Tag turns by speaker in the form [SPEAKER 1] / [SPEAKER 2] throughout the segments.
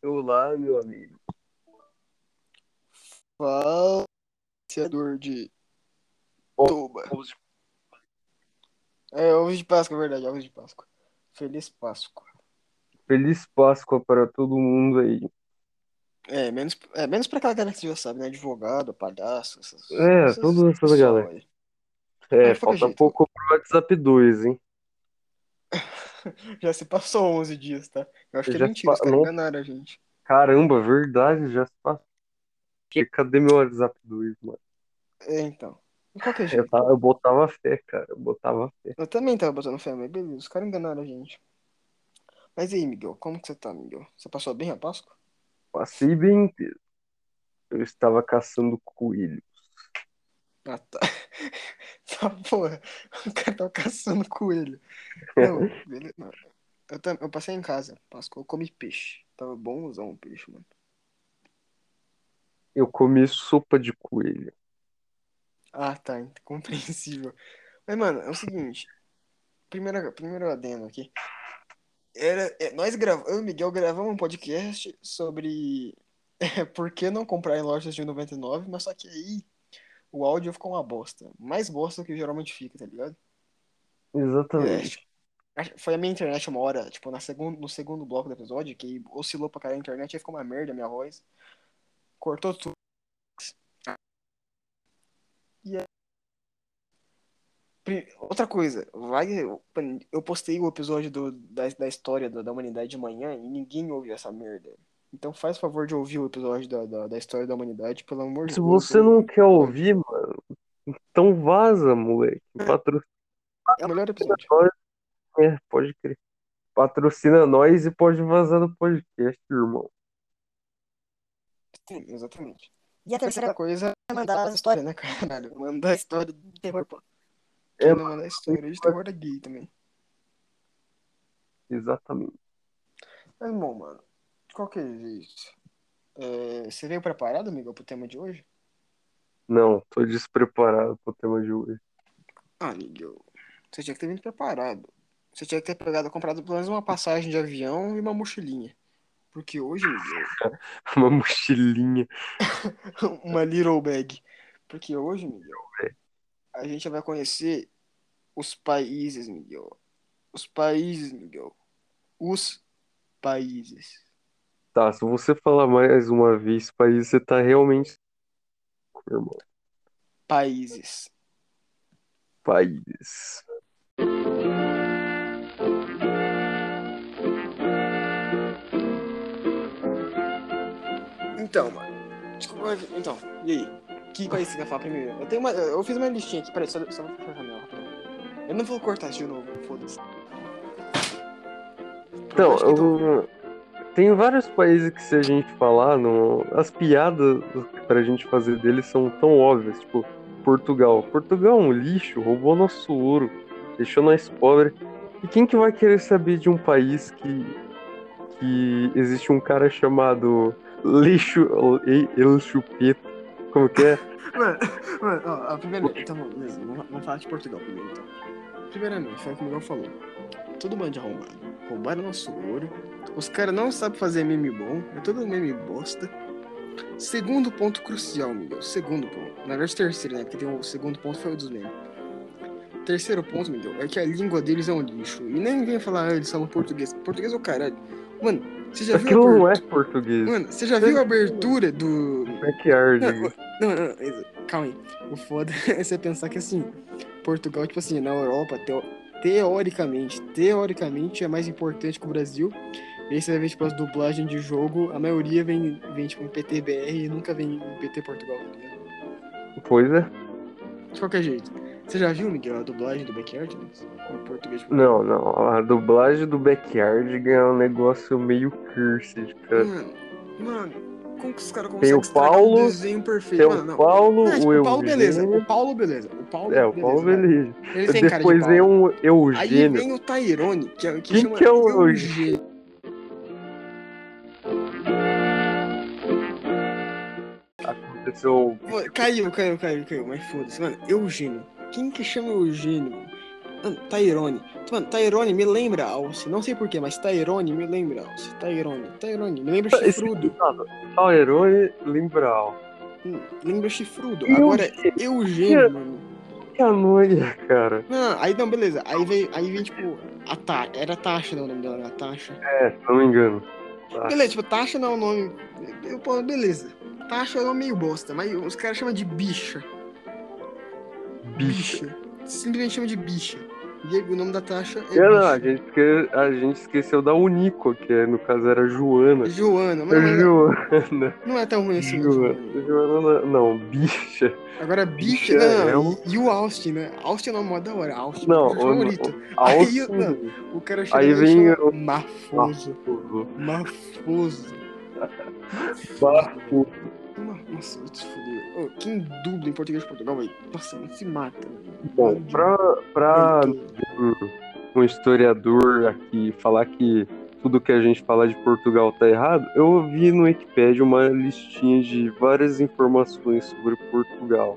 [SPEAKER 1] Olá, meu amigo.
[SPEAKER 2] Fala, senador de
[SPEAKER 1] Bom.
[SPEAKER 2] Tuba. É ovo de Páscoa, é verdade, ovo de Páscoa. Feliz Páscoa.
[SPEAKER 1] Feliz Páscoa para todo mundo aí.
[SPEAKER 2] É, menos, é, menos pra aquela galera que você já sabe, né? Advogado, palhaço, essas
[SPEAKER 1] É,
[SPEAKER 2] essas
[SPEAKER 1] todas essas
[SPEAKER 2] pessoas
[SPEAKER 1] galera. É,
[SPEAKER 2] aí. Mas de qualquer
[SPEAKER 1] falta
[SPEAKER 2] jeito.
[SPEAKER 1] pouco pro WhatsApp 2, hein?
[SPEAKER 2] Já se passou 11 dias, tá? Eu acho que
[SPEAKER 1] Já
[SPEAKER 2] é
[SPEAKER 1] se
[SPEAKER 2] mentira, os
[SPEAKER 1] pa-
[SPEAKER 2] caras
[SPEAKER 1] Nossa.
[SPEAKER 2] enganaram a gente.
[SPEAKER 1] Caramba, verdade, já se passou. Que- Cadê meu WhatsApp 2, mano?
[SPEAKER 2] É, então. De qualquer
[SPEAKER 1] Eu,
[SPEAKER 2] jeito.
[SPEAKER 1] tava, eu botava fé, cara. Eu botava fé.
[SPEAKER 2] Eu também tava botando fé, mas beleza, os caras enganaram a gente. Mas e aí, Miguel, como que você tá, Miguel? Você passou bem a Páscoa?
[SPEAKER 1] Passei bem inteiro. Eu estava caçando coelho.
[SPEAKER 2] Ah, tá. Tá, porra. O cara tava caçando coelho. Não, beleza. não. Eu, tam- eu passei em casa, Páscoa, eu comi peixe. Tava bonzão o peixe, mano.
[SPEAKER 1] Eu comi sopa de coelho.
[SPEAKER 2] Ah, tá, ent- compreensível. Mas, mano, é o seguinte. Primeira, primeiro adendo aqui. Era, é, nós gravamos, eu e o Miguel gravamos um podcast sobre é, por que não comprar em lojas de 99, mas só que aí o áudio ficou uma bosta. Mais bosta do que geralmente fica, tá ligado? É, acho-
[SPEAKER 1] Exatamente.
[SPEAKER 2] acho- foi a minha internet uma hora, tipo, na segun, no segundo bloco do episódio, que oscilou pra caralho a internet, aí ficou uma merda a minha voz. Cortou tudo. E aí, pri- outra coisa, vai, eu eu postei o episódio do, da, da história da, da humanidade de manhã e ninguém ouviu essa merda. Então faz favor de ouvir o episódio da, da, da história da humanidade, pelo amor de
[SPEAKER 1] Se
[SPEAKER 2] Deus. é
[SPEAKER 1] você
[SPEAKER 2] ouve
[SPEAKER 1] não
[SPEAKER 2] o
[SPEAKER 1] quer
[SPEAKER 2] episódio.
[SPEAKER 1] ouvir, mano, então vaza, moleque. Patrocina
[SPEAKER 2] É o melhor episódio.
[SPEAKER 1] nós, né? pode crer. Patrocina nós e pode vazar do podcast, irmão.
[SPEAKER 2] Sim, exatamente. E a terceira coisa é mandar as histórias, né, caralho? Mandar a história de terror, pô.
[SPEAKER 1] É,
[SPEAKER 2] Quem não mandar a história de terror é gay também.
[SPEAKER 1] exatamente.
[SPEAKER 2] Mas, bom, mano, de qualquer jeito. é, você veio preparado, amigo, pro tema de hoje?
[SPEAKER 1] Não, tô despreparado pro tema de hoje.
[SPEAKER 2] Ah, amigo, você tinha que ter vindo preparado. Você tinha que ter pegado, comprado pelo menos uma passagem de avião e uma mochilinha. Porque hoje, Miguel,
[SPEAKER 1] Uma mochilinha.
[SPEAKER 2] uma little bag. Porque hoje, Miguel, a gente vai conhecer os países, Miguel. Os países, Miguel. Os países.
[SPEAKER 1] Tá, se você falar mais uma vez país, você tá realmente, irmão.
[SPEAKER 2] Países.
[SPEAKER 1] País.
[SPEAKER 2] Então, mano. Desculpa, mas- então, e aí? Que país você quer falar primeiro? Eu tenho uma. Eu fiz uma listinha aqui, peraí, só, só vou fechar meu rapidão. Eu não vou cortar isso de novo, foda-se. Porque eu
[SPEAKER 1] Então,
[SPEAKER 2] acho que então.
[SPEAKER 1] eu- tem vários países que se a gente falar, não... as piadas pra gente fazer deles são tão óbvias, tipo, Portugal. Portugal é um lixo, roubou nosso ouro, deixou nós pobres. E quem que vai querer saber de um país que, que existe um cara chamado Lixo El El Chupeta? Como que é?
[SPEAKER 2] Mano, mano, ó, a primeira. Então, beleza, vamos, vamos falar de Portugal primeiro, então. Primeiramente, foi o que o Miguel falou. Todo bando de arrombado. Roubaram nosso ouro. Os caras não sabem fazer meme bom. É todo meme bosta. Segundo ponto crucial, Miguel. Segundo ponto. Na verdade, terceiro, né? Porque tem o segundo ponto foi o dos memes. Terceiro ponto, Miguel, é que a língua deles é um lixo. E nem vem falar, ah, eles falam português. Português é o caralho. Mano, você já viu a
[SPEAKER 1] Aquilo não é
[SPEAKER 2] abertura.
[SPEAKER 1] português. é
[SPEAKER 2] Mano, você já
[SPEAKER 1] Você
[SPEAKER 2] viu a
[SPEAKER 1] não
[SPEAKER 2] abertura do.
[SPEAKER 1] Backyard.
[SPEAKER 2] Não, o- não, não, exa- calma aí. O foda é você pensar que assim, Portugal, tipo assim, na Europa, teo- teoricamente, teoricamente é mais importante que o Brasil. E aí você vai ver, tipo, as dublagens de jogo, a maioria vem, vem tipo, em PTBR e nunca vem em PT Portugal, tá ligado?
[SPEAKER 1] Pois é.
[SPEAKER 2] De qualquer jeito. Você já viu, Miguel, a dublagem do Backyard? Né? Em português de
[SPEAKER 1] Não,
[SPEAKER 2] Portugal.
[SPEAKER 1] não. A dublagem do Backyard é um negócio meio cursed, cara.
[SPEAKER 2] Mano, mano, como que os caras
[SPEAKER 1] Tem
[SPEAKER 2] conseguem
[SPEAKER 1] o
[SPEAKER 2] estragar um
[SPEAKER 1] Paulo,
[SPEAKER 2] desenho perfeito?
[SPEAKER 1] tem o
[SPEAKER 2] Mano, não.
[SPEAKER 1] Paulo,
[SPEAKER 2] Não, tipo,
[SPEAKER 1] o
[SPEAKER 2] o Paulo, beleza. O
[SPEAKER 1] Eugênio.
[SPEAKER 2] Paulo, beleza. O Paulo,
[SPEAKER 1] É, o Paulo
[SPEAKER 2] beleza, vai.
[SPEAKER 1] beleza.
[SPEAKER 2] Ele tem cara de
[SPEAKER 1] Depois vem
[SPEAKER 2] Paulo.
[SPEAKER 1] um
[SPEAKER 2] Aí
[SPEAKER 1] Eugênio.
[SPEAKER 2] vem o Tairone, que, é- que
[SPEAKER 1] Quem
[SPEAKER 2] chama
[SPEAKER 1] que é o Eugênio?
[SPEAKER 2] Eugênio.
[SPEAKER 1] Aconteceu. um
[SPEAKER 2] Pô, Caiu, caiu, caiu, caiu, mas foda-se, mano. Eugênio. Quem que chama Eugênio? mano? Mano, Tairone. Mano, Tairone me lembra Alce. Não sei porquê, mas Tairone me lembra Alce. Tairone, Tairone, me lembra
[SPEAKER 1] Esse-
[SPEAKER 2] Chifrudo.
[SPEAKER 1] Tairone Limbral.
[SPEAKER 2] Hum, Lembra Chifrudo.
[SPEAKER 1] Eu-
[SPEAKER 2] Agora, Eugênio, mano.
[SPEAKER 1] Que anoia, cara.
[SPEAKER 2] Não, aí não, beleza. Aí veio, aí veio tipo, a Ta... era Tasha, não, o nome dela era Tasha.
[SPEAKER 1] É, se não me engano. Tá.
[SPEAKER 2] Beleza, tipo, Tasha não é um nome. eu- pô, beleza. Tasha é um nome meio bosta, mas os caras chamam de bicha.
[SPEAKER 1] Bicha.
[SPEAKER 2] Simplesmente chama de bicha. E aí, o nome da Tasha é.
[SPEAKER 1] É, não, a
[SPEAKER 2] bicha.
[SPEAKER 1] gente, esque- a gente esqueceu da Unico, que é, no caso era Joana.
[SPEAKER 2] Joana, mas não é-
[SPEAKER 1] Joana.
[SPEAKER 2] não é tão ruim assim. não, Joana.
[SPEAKER 1] Joana. Joana. Não, bicha.
[SPEAKER 2] Agora, bicha,
[SPEAKER 1] Bicha
[SPEAKER 2] não,
[SPEAKER 1] é um-
[SPEAKER 2] e, e o Austin, né? Austin é o moda da hora, Austin.
[SPEAKER 1] Não,
[SPEAKER 2] eu acho
[SPEAKER 1] o-
[SPEAKER 2] bonito. Aí,
[SPEAKER 1] Alce.
[SPEAKER 2] não. O cara chega
[SPEAKER 1] Aí
[SPEAKER 2] lá e
[SPEAKER 1] vem
[SPEAKER 2] chama Mafoso, Mafoso.
[SPEAKER 1] Bafo.
[SPEAKER 2] Uma- Nossa, vai te fuder. Ô, quem dubla em português de Portugal, velho? Nossa, não se mata. velho.
[SPEAKER 1] Bom, pra, pra
[SPEAKER 2] Muito.
[SPEAKER 1] um- um historiador aqui falar que tudo que a gente fala de Portugal tá errado, eu ouvi no Wikipedia uma listinha de várias informações sobre Portugal.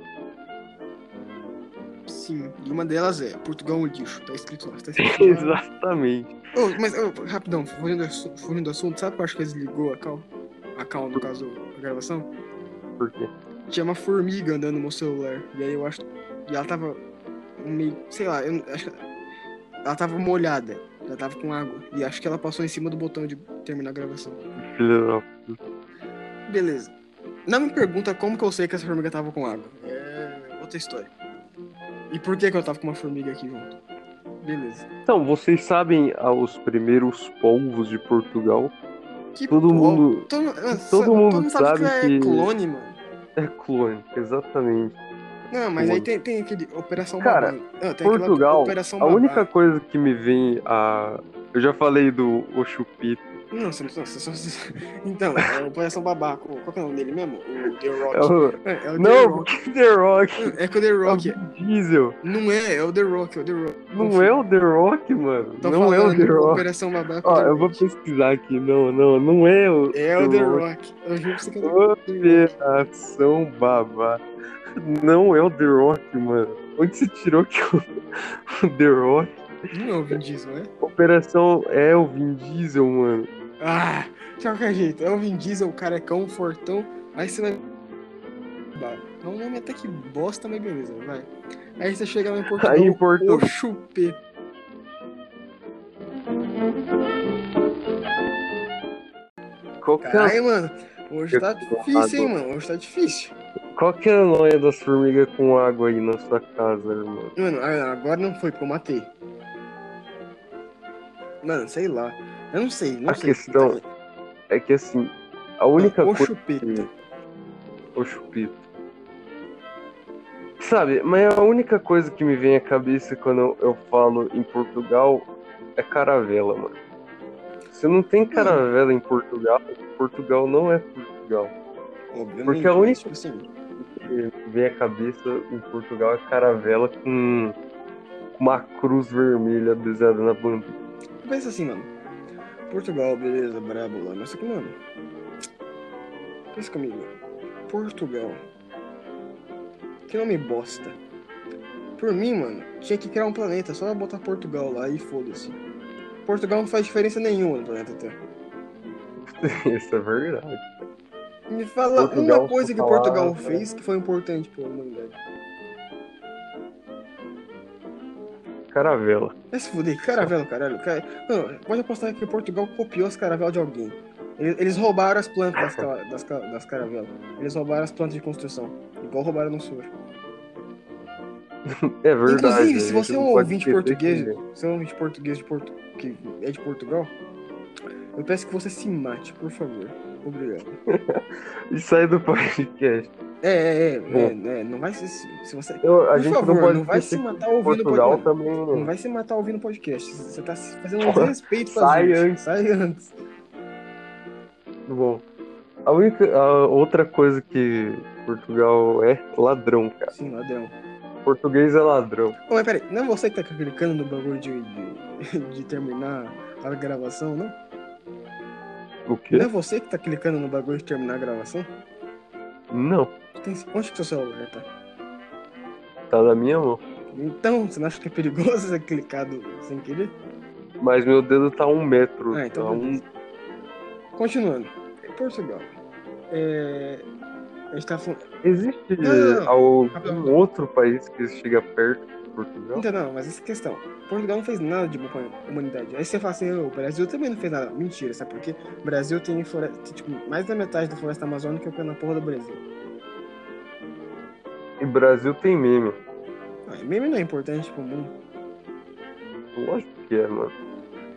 [SPEAKER 2] Sim, e uma delas é Portugal é um lixo. Tá escrito lá. Tá escrito lá.
[SPEAKER 1] Exatamente.
[SPEAKER 2] Ô, mas, ô, rapidão, fugindo do, assu- fugindo do assunto, sabe que eu acho que eles ligou a cal? A cal, no caso, a gravação?
[SPEAKER 1] Por quê?
[SPEAKER 2] Tinha uma formiga andando no meu celular. E aí eu acho. E ela tava meio. Sei lá, eu acho que. Ela tava molhada. Ela tava com água. E acho que ela passou em cima do botão de terminar a gravação.
[SPEAKER 1] Filho da
[SPEAKER 2] Beleza. Não me pergunta como que eu sei que essa formiga tava com água. É outra história. E por que que eu tava com uma formiga aqui junto? Beleza.
[SPEAKER 1] Então, vocês sabem ah, os primeiros povos de Portugal?
[SPEAKER 2] Que
[SPEAKER 1] Todo
[SPEAKER 2] po-
[SPEAKER 1] mundo-
[SPEAKER 2] Todo, ah,
[SPEAKER 1] todo mundo sabe
[SPEAKER 2] é
[SPEAKER 1] que-
[SPEAKER 2] clone, mano.
[SPEAKER 1] É clone, exatamente.
[SPEAKER 2] Não, mas
[SPEAKER 1] Clone.
[SPEAKER 2] aí tem, tem aquele Operação
[SPEAKER 1] Cara,
[SPEAKER 2] Babá. Ah, tem aquela
[SPEAKER 1] Portugal,
[SPEAKER 2] Operação
[SPEAKER 1] a
[SPEAKER 2] Babá.
[SPEAKER 1] única coisa que me vem a. Eu já falei do Oxupita.
[SPEAKER 2] Não, você não... você só- você- Então, é a Operação Babá. Qual qual que é o nome dele mesmo? O The Rock.
[SPEAKER 1] É o-
[SPEAKER 2] É, é o The
[SPEAKER 1] Não,
[SPEAKER 2] Rock.
[SPEAKER 1] porque The Rock.
[SPEAKER 2] É que o The
[SPEAKER 1] É o
[SPEAKER 2] Rock...
[SPEAKER 1] Vin Diesel.
[SPEAKER 2] Não é, é o The Rock, é o The Rock.
[SPEAKER 1] Não é o The Rock, mano.
[SPEAKER 2] Tô
[SPEAKER 1] não é o
[SPEAKER 2] falando
[SPEAKER 1] The
[SPEAKER 2] do
[SPEAKER 1] Rock.
[SPEAKER 2] Operação Babá com
[SPEAKER 1] Ó, é
[SPEAKER 2] o The
[SPEAKER 1] eu vou
[SPEAKER 2] Rock.
[SPEAKER 1] pesquisar aqui. Não, não, não é o.
[SPEAKER 2] É o The Rock. Eu juro pra você que é o The Rock.
[SPEAKER 1] Operação Babá. Não é o The Rock, mano. Onde você tirou que o o The Rock?
[SPEAKER 2] Não é o Vin Diesel, é?
[SPEAKER 1] Operação é o Vin Diesel, mano.
[SPEAKER 2] Ah, de qualquer jeito. É o Vin Diesel, o carecão, fortão. Aí você vai. Bah, É um nome até que bosta, mas beleza, vai. Aí você chega lá em Portugal.
[SPEAKER 1] Aí em Portugal.
[SPEAKER 2] O chupeta.
[SPEAKER 1] Qual que, é,
[SPEAKER 2] Caralho, mano. Hoje tá difícil, hein, mano. Hoje tá difícil.
[SPEAKER 1] qual que é a noia das formigas com água aí na sua casa, irmão?
[SPEAKER 2] Mano, ah, agora não foi que eu matei. Mano, sei lá. Eu não sei, não
[SPEAKER 1] A
[SPEAKER 2] sei.
[SPEAKER 1] questão- É que assim, a única
[SPEAKER 2] o
[SPEAKER 1] coisa.
[SPEAKER 2] chupeta.
[SPEAKER 1] O chupito. Sabe, mas é a única coisa que me vem à cabeça quando eu, eu falo em Portugal é caravela, mano. Se não tem caravela em Portugal, Portugal não é Portugal.
[SPEAKER 2] Obviamente.
[SPEAKER 1] Porque a
[SPEAKER 2] mas,
[SPEAKER 1] única-
[SPEAKER 2] Tipo assim,
[SPEAKER 1] O que vem à cabeça em Portugal é caravela com uma cruz vermelha desenhada na bandeira.
[SPEAKER 2] Pensa assim, mano. Portugal, beleza, brabo lá. Mas só que, mano. Pensa comigo. Portugal. Que nome bosta. Por mim, mano, tinha que criar um planeta. Só botar Portugal lá e foda-se. Portugal não faz diferença nenhuma no planeta Terra.
[SPEAKER 1] Isso é verdade.
[SPEAKER 2] Me fala
[SPEAKER 1] Portugal,
[SPEAKER 2] uma coisa
[SPEAKER 1] se
[SPEAKER 2] que
[SPEAKER 1] falar,
[SPEAKER 2] Portugal
[SPEAKER 1] né?
[SPEAKER 2] fez que foi importante pra humanidade.
[SPEAKER 1] Caravela.
[SPEAKER 2] Vai se fuder, que caravela, caralho. Cara... Mano, pode apostar que Portugal copiou as caravelas de alguém. Eles, eles roubaram as plantas das, ca- das, ca- das caravelas. Eles roubaram as plantas de construção. Igual roubaram no sul.
[SPEAKER 1] É verdade.
[SPEAKER 2] Inclusive, se
[SPEAKER 1] a gente
[SPEAKER 2] você é
[SPEAKER 1] não
[SPEAKER 2] um
[SPEAKER 1] pode
[SPEAKER 2] ouvinte
[SPEAKER 1] esquecer
[SPEAKER 2] português,
[SPEAKER 1] que-
[SPEAKER 2] se é um ouvinte português de Porto... que é de Portugal, eu peço que você se mate, por favor. Obrigado.
[SPEAKER 1] E sai é do podcast.
[SPEAKER 2] É, é, é,
[SPEAKER 1] Bom.
[SPEAKER 2] é, é, não vai se. Se você.
[SPEAKER 1] Eu- a
[SPEAKER 2] por
[SPEAKER 1] gente
[SPEAKER 2] favor,
[SPEAKER 1] não pode
[SPEAKER 2] vai se
[SPEAKER 1] esquecer
[SPEAKER 2] matar
[SPEAKER 1] que
[SPEAKER 2] ouvindo
[SPEAKER 1] Portugal
[SPEAKER 2] podcast.
[SPEAKER 1] também.
[SPEAKER 2] Não vai se matar ouvindo podcast. Você tá se fazendo um
[SPEAKER 1] Porra,
[SPEAKER 2] desrespeito com
[SPEAKER 1] sai
[SPEAKER 2] a gente.
[SPEAKER 1] antes.
[SPEAKER 2] Sai antes.
[SPEAKER 1] é Bom, a única a outra coisa que Portugal é ladrão, cara.
[SPEAKER 2] Sim, ladrão.
[SPEAKER 1] Português é ladrão.
[SPEAKER 2] Ô, mas peraí, não é você que tá clicando no bagulho de, de, de terminar a gravação, não?
[SPEAKER 1] O quê?
[SPEAKER 2] Não é você que tá clicando no bagulho de terminar a gravação?
[SPEAKER 1] Não,
[SPEAKER 2] Tem, onde que seu celular tá?
[SPEAKER 1] tá na minha mão.
[SPEAKER 2] Então, você não acha que é perigoso você clicar do- sem querer?
[SPEAKER 1] Mas meu dedo tá a um metro.
[SPEAKER 2] Ah, então
[SPEAKER 1] tá um...
[SPEAKER 2] beleza. Continuando. Portugal. É... A gente tá falando...
[SPEAKER 1] Existe
[SPEAKER 2] Não, não, não.
[SPEAKER 1] algum
[SPEAKER 2] Rapidão.
[SPEAKER 1] outro país que chega perto de Portugal?
[SPEAKER 2] Então, não, mas essa questão. Portugal não fez nada de bom pra humanidade. Aí você fala assim, "Ô, o Brasil também não fez nada. Mentira, sabe por quê? O Brasil tem floresta, tipo, mais da metade da floresta amazônica que é na porra do Brasil.
[SPEAKER 1] E Brasil tem meme.
[SPEAKER 2] Ah, meme não é importante pro mundo.
[SPEAKER 1] Lógico que é, mano.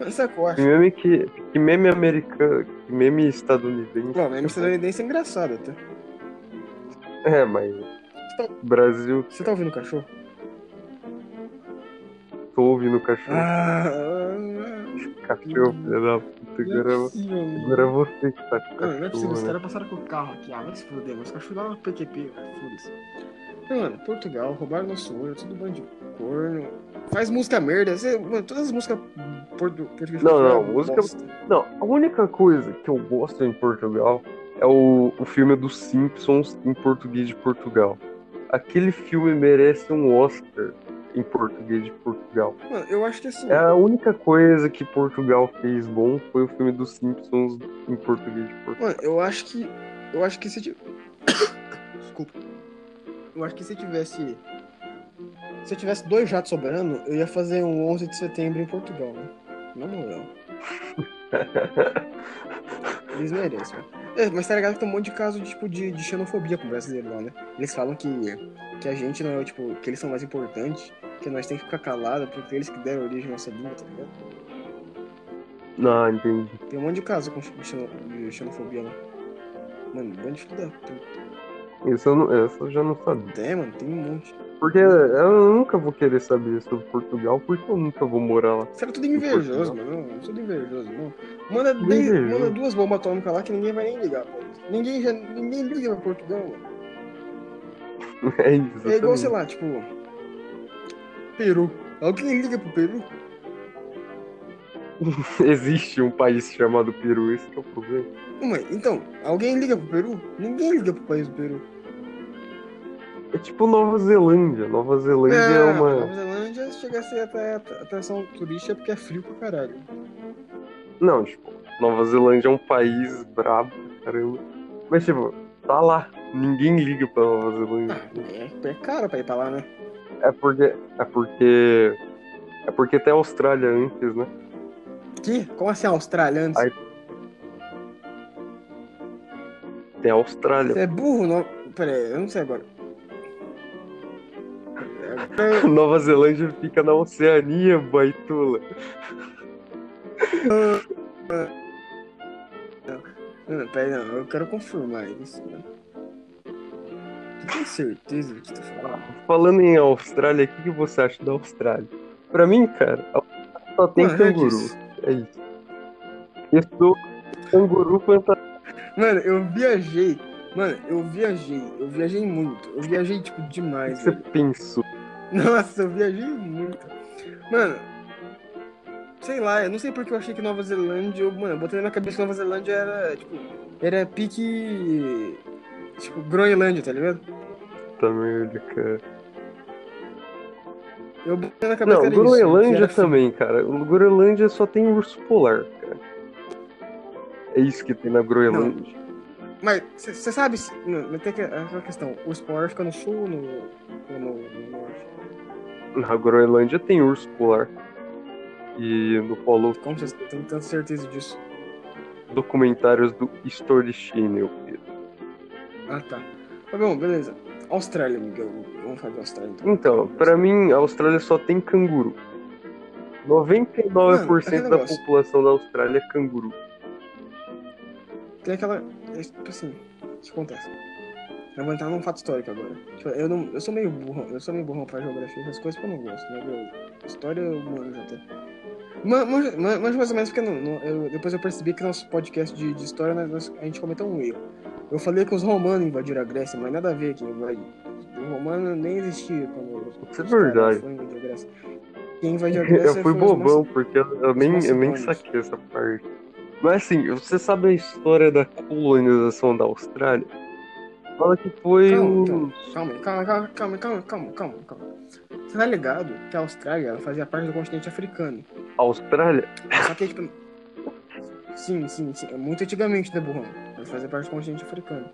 [SPEAKER 2] Não sabe o que eu
[SPEAKER 1] Que
[SPEAKER 2] acho?
[SPEAKER 1] meme que, que meme americano, que meme estadunidense.
[SPEAKER 2] Bom, meme estadunidense é engraçado até.
[SPEAKER 1] É, mas Brasil
[SPEAKER 2] Você tá ouvindo o cachorro?
[SPEAKER 1] tô ouvindo o cachorro.
[SPEAKER 2] Ah,
[SPEAKER 1] cachorro, filha da puta,
[SPEAKER 2] não é
[SPEAKER 1] agora,
[SPEAKER 2] possível,
[SPEAKER 1] agora é você que tá com o
[SPEAKER 2] Mano, não é possível, os
[SPEAKER 1] cachorro, né?
[SPEAKER 2] caras passaram com o carro aqui. Ah, vai se fuder, mano. Os cachorros lá no PQP, cara, foda-se. Não, Mano, Portugal, roubaram nosso ouro, tudo bando de corno. Faz música merda. Você, mano, todas as músicas portu- portuguesas.
[SPEAKER 1] Não, não,
[SPEAKER 2] é uma
[SPEAKER 1] música-
[SPEAKER 2] bosta.
[SPEAKER 1] Não, a única coisa que eu gosto em Portugal é o, o filme dos Simpsons em português de Portugal. Aquele filme merece um Oscar em português de Portugal.
[SPEAKER 2] Mano, eu acho que assim.
[SPEAKER 1] É a única coisa que Portugal fez bom foi o filme dos Simpsons em português de Portugal.
[SPEAKER 2] Mano, eu acho que. Eu acho que se tivesse. Desculpa. Eu acho que se tivesse. Se eu tivesse dois jatos sobrando, eu ia fazer um 11 de setembro em Portugal, né? Na moral. Eles merecem. É, mas tá ligado que tem um monte de caso tipo, de, de xenofobia com o brasileiro lá, né? Eles falam que, que a gente não é, tipo, que eles são mais importantes, que nós temos que ficar calado porque eles que deram origem à nossa língua, tá ligado?
[SPEAKER 1] Não, entendi.
[SPEAKER 2] Tem um monte de caso com xeno- de xenofobia lá. Mano, bando de filho da puta.
[SPEAKER 1] Isso eu, não, essa eu já não sabia.
[SPEAKER 2] Tem, mano, tem um monte.
[SPEAKER 1] Porque eu nunca vou querer saber sobre Portugal, porque eu nunca vou morar lá.
[SPEAKER 2] Os caras tudo invejoso, mano. Tudo invejoso, mano. Manda,
[SPEAKER 1] Tudo
[SPEAKER 2] dez-
[SPEAKER 1] invejoso.
[SPEAKER 2] manda duas bombas atômicas lá que ninguém vai nem ligar, pô. Ninguém, já, ninguém liga pra Portugal, mano.
[SPEAKER 1] É isso.
[SPEAKER 2] É igual, sei lá, tipo. Peru. É Alguém liga pro Peru?
[SPEAKER 1] Existe um país chamado Peru, esse que é o problema.
[SPEAKER 2] Não, mas, então, alguém liga pro Peru? Ninguém liga pro país do Peru.
[SPEAKER 1] É tipo Nova Zelândia. Nova Zelândia é,
[SPEAKER 2] Ah,
[SPEAKER 1] uma.
[SPEAKER 2] Nova Zelândia chega a ser até até atração turística porque é frio pra caralho.
[SPEAKER 1] Não, tipo, Nova Zelândia é um país brabo, caramba. Mas, tipo, tá lá. Ninguém liga pra Nova Zelândia.
[SPEAKER 2] É, é caro pra ir pra lá, né?
[SPEAKER 1] É porque. É porque. É porque até a Austrália antes, né?
[SPEAKER 2] Que? Como assim, a Austrália antes?
[SPEAKER 1] Aí- Tem a Austrália.
[SPEAKER 2] Você é burro, não? Pera aí, eu não sei agora. Agora-
[SPEAKER 1] Nova Zelândia fica na Oceania, baitula.
[SPEAKER 2] Não, pera aí, não, eu quero confirmar isso, mano. Tu tem certeza do que tu tá falando?
[SPEAKER 1] Falando em Austrália, o que, que você acha da Austrália? Pra mim, cara, a Austrália só tem
[SPEAKER 2] Mano, eu já
[SPEAKER 1] canguru.
[SPEAKER 2] disse.
[SPEAKER 1] É isso. Eu sou canguru fantasma.
[SPEAKER 2] Mano, eu viajei. Mano, eu viajei. Eu viajei muito. Eu viajei, tipo,
[SPEAKER 1] O que
[SPEAKER 2] demais,
[SPEAKER 1] você
[SPEAKER 2] velho.
[SPEAKER 1] pensou?
[SPEAKER 2] Nossa, eu viajei muito. Mano, sei lá, eu não sei porque eu achei que Nova Zelândia. Eu, mano, eu botei na minha cabeça que Nova Zelândia era, tipo, era pique. Tipo, Groenlândia, tá ligado?
[SPEAKER 1] Puta merda, cara.
[SPEAKER 2] Tá, Eu botei na cabeça
[SPEAKER 1] Não,
[SPEAKER 2] que era isso, que
[SPEAKER 1] Groenlândia
[SPEAKER 2] era
[SPEAKER 1] também, cara. O Groenlândia só tem urso polar, cara. É isso que tem na Groenlândia.
[SPEAKER 2] Mas você sabe, se- não, mas tem que- é aquela questão, o spoiler fica no sul ou no, ou no, no norte?
[SPEAKER 1] Na Groenlândia tem urso polar. E no polo
[SPEAKER 2] Como vocês têm tanta certeza disso?
[SPEAKER 1] documentários do History Channel.
[SPEAKER 2] Ah, tá. Mas bom, beleza. Austrália, Miguel. Vamos falar de Austrália, então.
[SPEAKER 1] Então, pra mim, a Austrália só tem canguru. 99%
[SPEAKER 2] aquele
[SPEAKER 1] da
[SPEAKER 2] negócio.
[SPEAKER 1] população da Austrália é canguru.
[SPEAKER 2] Tem aquela... é, Tipo assim, o que acontece? Eu vou entrar num fato histórico agora. Tipo, eu, não, eu sou meio burro, eu sou meio burrão pra geografia, essas coisas que eu não gosto, né? Eu, história eu manjo até. Ma- Manjo man- manjo mais ou menos porque não, não- eu- depois eu percebi que nosso podcast de, de história nós- nós- a gente cometeu um erro. Eu falei que os romanos invadiram a Grécia, mas nada a ver que invadiu. O romano nem existia quando os-
[SPEAKER 1] Isso é
[SPEAKER 2] os caras
[SPEAKER 1] verdade.
[SPEAKER 2] foram invadir a Grécia. Quem invadiu a Grécia
[SPEAKER 1] Eu fui
[SPEAKER 2] foi os
[SPEAKER 1] bobão, porque eu, eu nem, eu nem
[SPEAKER 2] macedônios.
[SPEAKER 1] saquei essa parte. Mas assim, você sabe a história da colonização da Austrália? Fala que foi
[SPEAKER 2] Calma,
[SPEAKER 1] o.
[SPEAKER 2] então. Calma, aí, calma, calma, calma, calma, calma, calma, calma. Você tá ligado que a Austrália ela fazia parte do continente africano.
[SPEAKER 1] Austrália?
[SPEAKER 2] Só que, tipo. sim, sim, sim. Muito antigamente, né, burrão? Ela fazia parte do continente africano.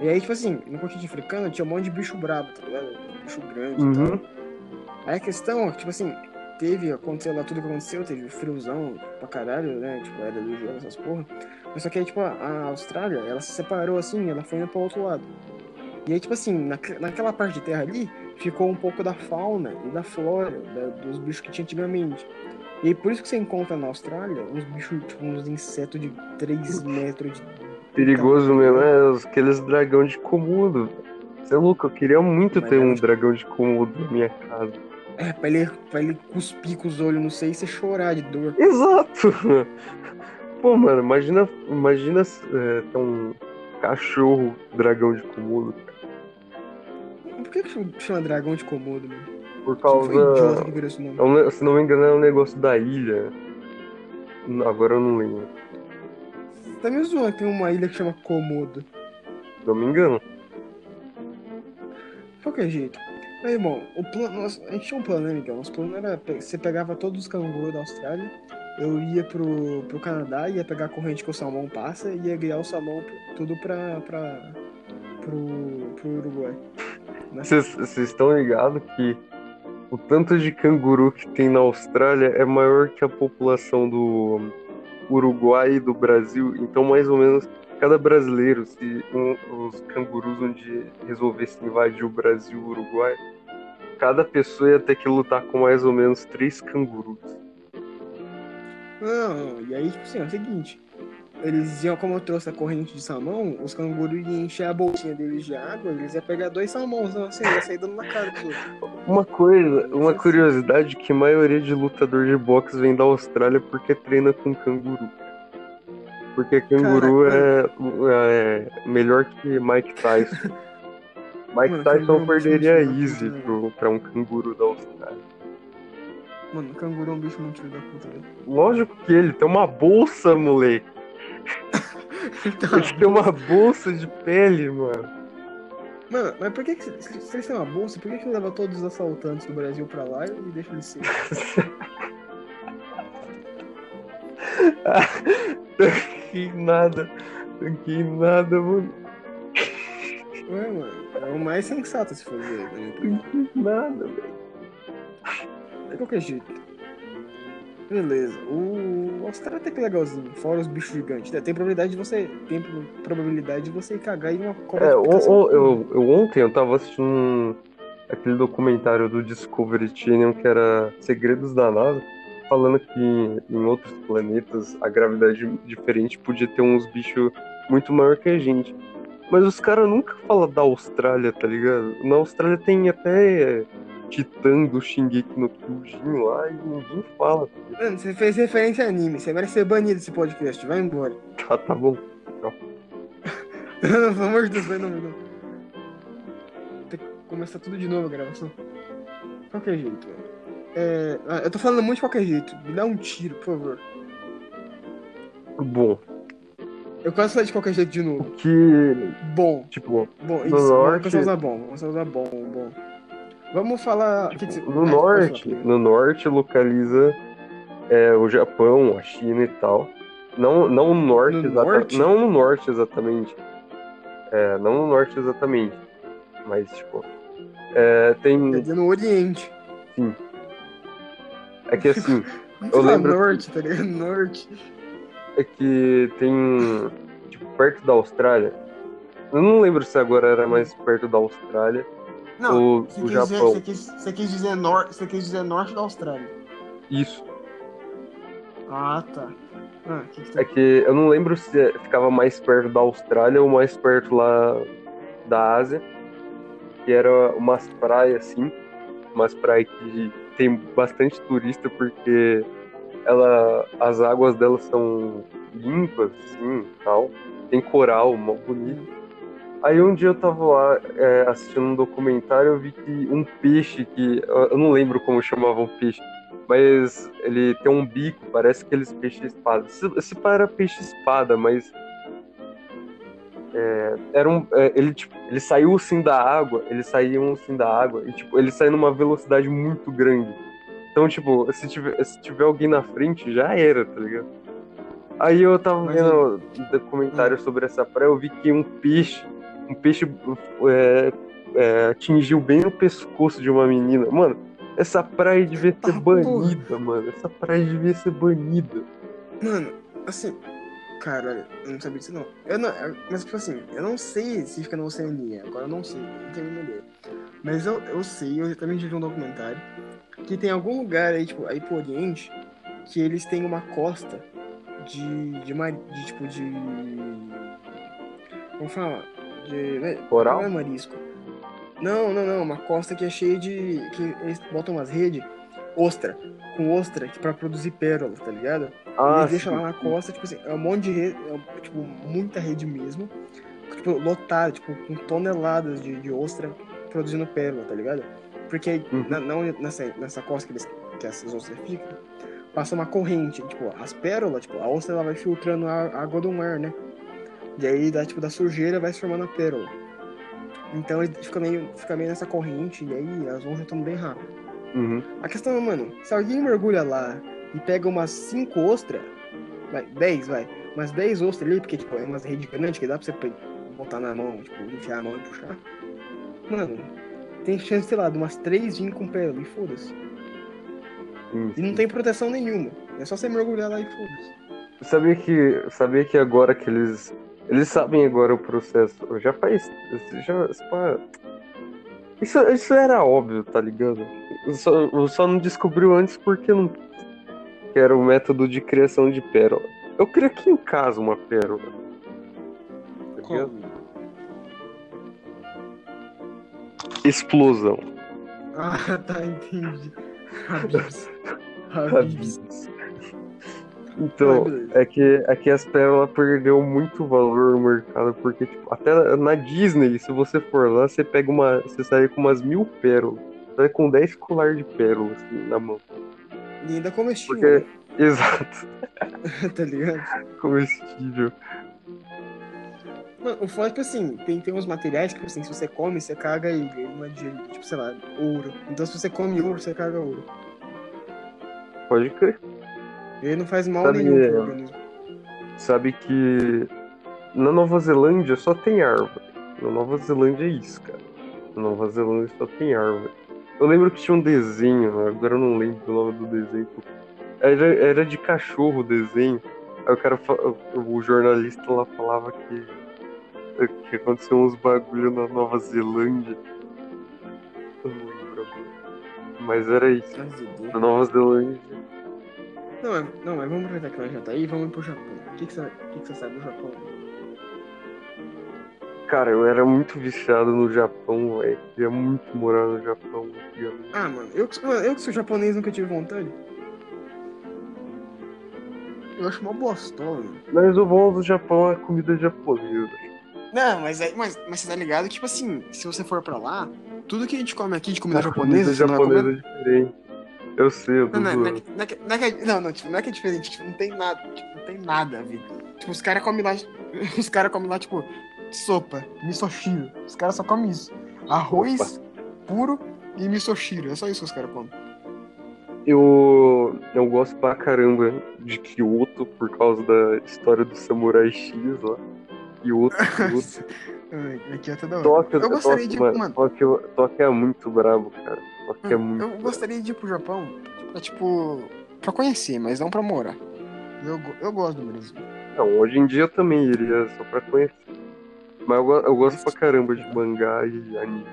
[SPEAKER 2] E aí, tipo assim, no continente africano tinha um monte de bicho brabo, tá ligado? Bicho grande e
[SPEAKER 1] Uhum.
[SPEAKER 2] tal. Aí a questão é que, tipo assim, teve, aconteceu lá tudo que aconteceu, teve friozão pra caralho, né? Tipo, era do jogo, essas porra. Mas só que aí, tipo, a- a Austrália, ela se separou assim, ela foi indo pro outro lado. E aí, tipo assim, naque- naquela parte de terra ali, ficou um pouco da fauna e da flora, da- dos bichos que tinha antigamente. E aí, por isso que você encontra na Austrália uns bichos, tipo, uns insetos de 3 metros de.
[SPEAKER 1] Perigoso
[SPEAKER 2] então.
[SPEAKER 1] mesmo, é aqueles dragão de Komodo. Você é louco, eu queria muito
[SPEAKER 2] Mas
[SPEAKER 1] ter
[SPEAKER 2] é
[SPEAKER 1] um
[SPEAKER 2] onde-
[SPEAKER 1] dragão de Komodo na minha casa.
[SPEAKER 2] É, pra ele, pra ele cuspir com os olhos, não sei, e você chorar de dor.
[SPEAKER 1] Exato! Pô, mano, imagina, imagina é, ter um cachorro dragão de Komodo
[SPEAKER 2] Por que que chama- chama dragão de Komodo, mano?
[SPEAKER 1] por
[SPEAKER 2] Foi idiota
[SPEAKER 1] causa.
[SPEAKER 2] que virou esse nome.
[SPEAKER 1] é um ne- Se não me engano, é um negócio da ilha. Não, Agora eu não lembro.
[SPEAKER 2] Você tá me zoando que tem uma ilha que chama Komodo.
[SPEAKER 1] Se não me engano.
[SPEAKER 2] De qualquer jeito. Meu irmão, o plano, nosso- a gente tinha um plano, né, Miguel? Nosso plano era. pe- Você pegava todos os cangurus da Austrália, eu ia pro, pro Canadá, ia pegar a corrente que o salmão passa e ia guiar o salmão pro- tudo pra. pra pro, pro Uruguai.
[SPEAKER 1] Vocês vocês estão ligados que o tanto de canguru que tem na Austrália é maior que a população do Uruguai e do Brasil. Então, mais ou menos, cada brasileiro, se um- os cangurus onde resolvessem invadir o Brasil e o Uruguai, cada pessoa ia ter que lutar com mais ou menos três cangurus.
[SPEAKER 2] Não, e aí, tipo assim, é o seguinte. Eles iam, como eu trouxe a corrente de salmão, os cangurus iam encher a bolsinha deles de água, eles iam pegar dois salmões, não, assim, ia sair dando na cara dos outros.
[SPEAKER 1] Uma coisa, uma curiosidade, que a maioria de lutador de boxe vem da Austrália porque treina com canguru. Porque canguru é, é melhor que Mike Tyson. Mike
[SPEAKER 2] Mano,
[SPEAKER 1] Tyson
[SPEAKER 2] canguru é um
[SPEAKER 1] perderia
[SPEAKER 2] bicho muito
[SPEAKER 1] easy
[SPEAKER 2] legal.
[SPEAKER 1] pro, pra um canguru da Austrália.
[SPEAKER 2] Mano, canguru é um bicho muito filho da puta, velho.
[SPEAKER 1] Lógico que ele tem uma bolsa, moleque.
[SPEAKER 2] Então,
[SPEAKER 1] Ele tem uma bolsa de pele, mano.
[SPEAKER 2] Mano, mas por que, que se, se eles têm uma bolsa, por que, que não leva todos os assaltantes do Brasil pra lá e deixa eles ser?
[SPEAKER 1] que nada. Que nada, mano.
[SPEAKER 2] Ué, mano, é o mais sensato a se fazer, na minha opinião.
[SPEAKER 1] Que nada, velho.
[SPEAKER 2] De qualquer jeito. Beleza, o o Austrália até que é legalzinho, fora os bichos gigantes. né? Tem probabilidade de você. Tem pro- probabilidade de você cagar em uma cobra
[SPEAKER 1] É,
[SPEAKER 2] que fica
[SPEAKER 1] on-
[SPEAKER 2] assim.
[SPEAKER 1] on- eu, eu- ontem eu tava assistindo um- aquele documentário do Discovery Channel que era Segredos da NASA, falando que em outros planetas a gravidade diferente podia ter uns bichos muito maior que a gente. Mas os caras nunca falam da Austrália, tá ligado? Na Austrália tem até Titã do Shingeki no Kyojin lá e ninguém fala. tá ligado?
[SPEAKER 2] Mano, você fez referência a anime, você merece ser banido desse podcast, vai embora.
[SPEAKER 1] Tá, tá bom.
[SPEAKER 2] Pelo amor de Deus, vai não, vai não. Tem que começar tudo de novo a gravação. Qualquer jeito, mano. É, ah, eu tô falando muito de qualquer jeito. Me dá um tiro, por favor.
[SPEAKER 1] Bom,
[SPEAKER 2] Eu quase falei de qualquer jeito de novo.
[SPEAKER 1] que,
[SPEAKER 2] Bom,
[SPEAKER 1] tipo,
[SPEAKER 2] bom,
[SPEAKER 1] No
[SPEAKER 2] isso. Vamos
[SPEAKER 1] norte-
[SPEAKER 2] começar a usar bom, vamos começar a usar bom, bom. Vamos falar. o que que você-
[SPEAKER 1] Tipo, No
[SPEAKER 2] Ah,
[SPEAKER 1] norte,
[SPEAKER 2] pode falar,
[SPEAKER 1] no norte localiza é, o Japão, a China e tal. Não, não no norte,
[SPEAKER 2] No
[SPEAKER 1] exata-
[SPEAKER 2] norte?
[SPEAKER 1] não no norte exatamente. É, não no norte exatamente. Mas tipo, é,
[SPEAKER 2] Quer
[SPEAKER 1] tem
[SPEAKER 2] dizer, no Oriente.
[SPEAKER 1] é que assim,
[SPEAKER 2] Não
[SPEAKER 1] Eu
[SPEAKER 2] fala
[SPEAKER 1] lembro-
[SPEAKER 2] norte, tá ligado? Norte.
[SPEAKER 1] é que tem tipo perto da Austrália. Eu não lembro se agora era mais perto da Austrália ou
[SPEAKER 2] você
[SPEAKER 1] do
[SPEAKER 2] quis dizer-
[SPEAKER 1] Japão.
[SPEAKER 2] você quis- Você quis dizer nor- você quis dizer norte da Austrália.
[SPEAKER 1] Isso.
[SPEAKER 2] Ah, tá. Ah, o que que você
[SPEAKER 1] É que eu não lembro se é- ficava mais perto da Austrália ou mais perto lá da Ásia. Que era umas praias, assim. Umas praias que tem bastante turista porque ela, as águas delas são limpas, assim, tal. Tem coral, mó bonito. Aí um dia eu tava lá é, assistindo um documentário, eu vi que um peixe que. Eu eu não lembro como chamava o peixe, mas ele tem um bico, parece aqueles peixes espada. Se, se para peixe espada, mas. é, era um, é, ele, tipo, ele saiu assim da água, ele saiu assim da água, e tipo, ele saiu numa velocidade muito grande. Então, tipo, se tiver, se tiver alguém na frente, já era, tá ligado? Aí eu tava
[SPEAKER 2] Mas
[SPEAKER 1] vendo um documentário sobre essa praia, eu vi que um peixe, um peixe é, é, atingiu bem no pescoço de uma menina. Mano, essa praia devia ser
[SPEAKER 2] Tá, porra.
[SPEAKER 1] banida, mano. Essa praia devia ser banida.
[SPEAKER 2] Mano, assim, cara, olha, eu não sabia disso não. Eu não eu- mas, tipo assim, eu não sei se fica na Oceania, agora eu não sei, eu não tenho ideia. Mas eu, eu sei, eu também já vi um documentário, que tem algum lugar aí, tipo, aí pro Oriente, que eles têm uma costa de, de, mar, de tipo, de... Como fala? De... né,
[SPEAKER 1] Coral?
[SPEAKER 2] Não é marisco. Não, não, não, uma costa que é cheia de... que eles botam umas redes, ostra, com ostra, que pra produzir pérola, tá ligado? Ele deixa
[SPEAKER 1] Ah, sim.
[SPEAKER 2] lá na costa, tipo assim, é um monte de rede, é, um- tipo, muita rede mesmo. Tipo, lotada, tipo, com toneladas de, de ostra produzindo pérola, tá ligado? Porque aí,
[SPEAKER 1] Uhum.
[SPEAKER 2] na, não nessa, nessa costa que, eles, que essas ostras ficam, passa uma corrente, tipo, as pérolas, tipo, a ostra ela vai filtrando a a água do mar, né? E aí, dá, tipo, da sujeira vai se formando a pérola. Então ele fica meio, fica meio nessa corrente, e aí as ondas estão bem rápido.
[SPEAKER 1] Uhum.
[SPEAKER 2] A questão é, mano, se alguém mergulha lá e pega umas 5 ostras, vai, 10, vai, umas 10 ostras ali, porque, tipo, é umas redes grandes que dá pra você pe- botar na mão, tipo, enfiar a mão e puxar. Mano, tem chance, sei lá, de umas 3 vir com pérola e foda-se.
[SPEAKER 1] Sim,
[SPEAKER 2] E não tem proteção nenhuma. É só você mergulhar lá e foda-se.
[SPEAKER 1] Sabia que, sabia que agora que eles. Eles sabem agora o processo. Já faz. Já, pá. isso, isso era óbvio, tá ligado? Eu Só, eu só não descobriu antes porque não. Que era o método de criação de pérola. Eu queria que em casa uma pérola. Tá ligado? Explosão.
[SPEAKER 2] Ah, tá, entendi. Habibs. Habibs.
[SPEAKER 1] Habibs. Então,
[SPEAKER 2] Ah, beleza.
[SPEAKER 1] é que, é que as pérolas perdeu muito valor no mercado, porque tipo, até na Disney, se você for lá, você pega uma. Você sai com umas mil pérolas. Sai com 10 colar de pérolas assim, na mão.
[SPEAKER 2] E ainda comestível,
[SPEAKER 1] Porque. Exato,
[SPEAKER 2] tá ligado?
[SPEAKER 1] comestível.
[SPEAKER 2] Mano, o foda é que assim, tem, tem uns materiais que assim, se você come, você caga e ganha uma digerida, tipo, sei lá, ouro. Então se você come ouro, você caga ouro.
[SPEAKER 1] Pode crer.
[SPEAKER 2] E aí não faz mal
[SPEAKER 1] Sabe,
[SPEAKER 2] nenhum
[SPEAKER 1] é,
[SPEAKER 2] pro organismo.
[SPEAKER 1] Sabe que na Nova Zelândia só tem árvore. Na Nova Zelândia é isso, cara. Na Nova Zelândia só tem árvore. Eu lembro que tinha um desenho, agora eu não lembro o nome do desenho. Era, era de cachorro o desenho. Aí o cara, fa- o jornalista lá falava que, que aconteceu uns bagulho na Nova Zelândia. Eu não lembro agora. Mas era isso.
[SPEAKER 2] Mas, Dudu.
[SPEAKER 1] Na Nova Zelândia.
[SPEAKER 2] Não, mas, não, mas vamos aproveitar que nós já tá aí e vamos pro Japão. O que, que, você, o que, que você sabe do Japão?
[SPEAKER 1] Cara, eu era muito viciado no Japão, velho. Queria muito morar no Japão. queria muito.
[SPEAKER 2] Ah, mano, eu, que- mano, eu que sou japonês nunca tive vontade. Eu acho mó bostola, mano.
[SPEAKER 1] Mas o bom do Japão é a comida japonesa.
[SPEAKER 2] Não, mas, aí- mas, mas você tá ligado que, tipo assim, se você for pra lá, tudo que a gente come aqui de comida
[SPEAKER 1] A comida
[SPEAKER 2] japonesa, você não vai comer
[SPEAKER 1] japonesa é diferente. Eu sei, eu tô
[SPEAKER 2] Não, não, é- não, é
[SPEAKER 1] zoando.
[SPEAKER 2] que- não, é que- não, é que- não, não, tipo, não é que é diferente, tipo, não tem nada, tipo, não tem nada a ver. Tipo, os caras comem lá, os caras comem lá, tipo, sopa, misoshiro, os caras só comem isso. Arroz puro e misoshiro, é só isso que os caras comem. é
[SPEAKER 1] Eu, eu gosto pra caramba de Kyoto por causa da história do Samurai X lá. Kyoto, Kyoto.
[SPEAKER 2] Ai, Aqui é toda hora.
[SPEAKER 1] Tóquio,
[SPEAKER 2] Eu gostaria
[SPEAKER 1] Tóquio,
[SPEAKER 2] de-
[SPEAKER 1] mano,
[SPEAKER 2] mano.
[SPEAKER 1] Tóquio, Tóquio é muito brabo, cara. Tóquio é muito.
[SPEAKER 2] Hum, Eu gostaria de ir pro Japão, pra, tipo, pra conhecer, mas não pra morar. Eu, go- eu gosto do Brasil.
[SPEAKER 1] Não, hoje em dia eu também iria só pra conhecer. Mas eu, go- eu gosto pra caramba
[SPEAKER 2] tipo,
[SPEAKER 1] de mangá e anime.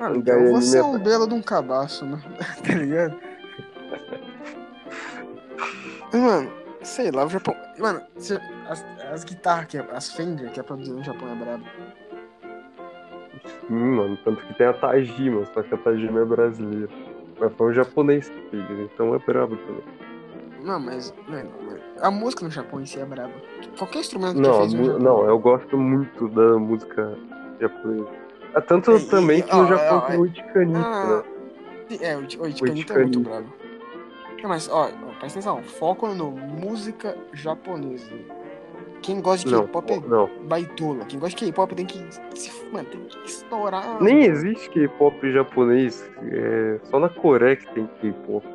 [SPEAKER 2] Mano,
[SPEAKER 1] Daí
[SPEAKER 2] eu vou
[SPEAKER 1] anime
[SPEAKER 2] ser
[SPEAKER 1] é
[SPEAKER 2] um belo de um cabaço, né? tá ligado? Mano, sei lá, o Japão. Mano, se- as, as guitarras, que é, as Fender que é produzida no Japão é brabo.
[SPEAKER 1] Sim, mano, tanto que tem a Tajima, só que a Tajima é brasileira. Mas foi um japonês que fez, então é brabo também.
[SPEAKER 2] Não, mas. Mano, a música no Japão em si é braba. Qualquer instrumento que
[SPEAKER 1] Não, a
[SPEAKER 2] fez no
[SPEAKER 1] mu-
[SPEAKER 2] Japão.
[SPEAKER 1] não, é eu gosto muito da música japonesa. É tanto
[SPEAKER 2] E- e-
[SPEAKER 1] também que
[SPEAKER 2] ó,
[SPEAKER 1] no Japão
[SPEAKER 2] ó,
[SPEAKER 1] tem
[SPEAKER 2] ó,
[SPEAKER 1] o Itikani,
[SPEAKER 2] Ah,
[SPEAKER 1] né?
[SPEAKER 2] é, o It- o Itikani tá
[SPEAKER 1] Itikani.
[SPEAKER 2] muito brabo. Não, mas, ó, ó, presta atenção, foco no música japonesa. Quem gosta de
[SPEAKER 1] Não,
[SPEAKER 2] K-pop é
[SPEAKER 1] não.
[SPEAKER 2] baitola. Quem gosta de K-pop tem que se. f- Mano, tem que estourar.
[SPEAKER 1] Nem existe K-pop japonês. É só na Coreia que tem K-pop.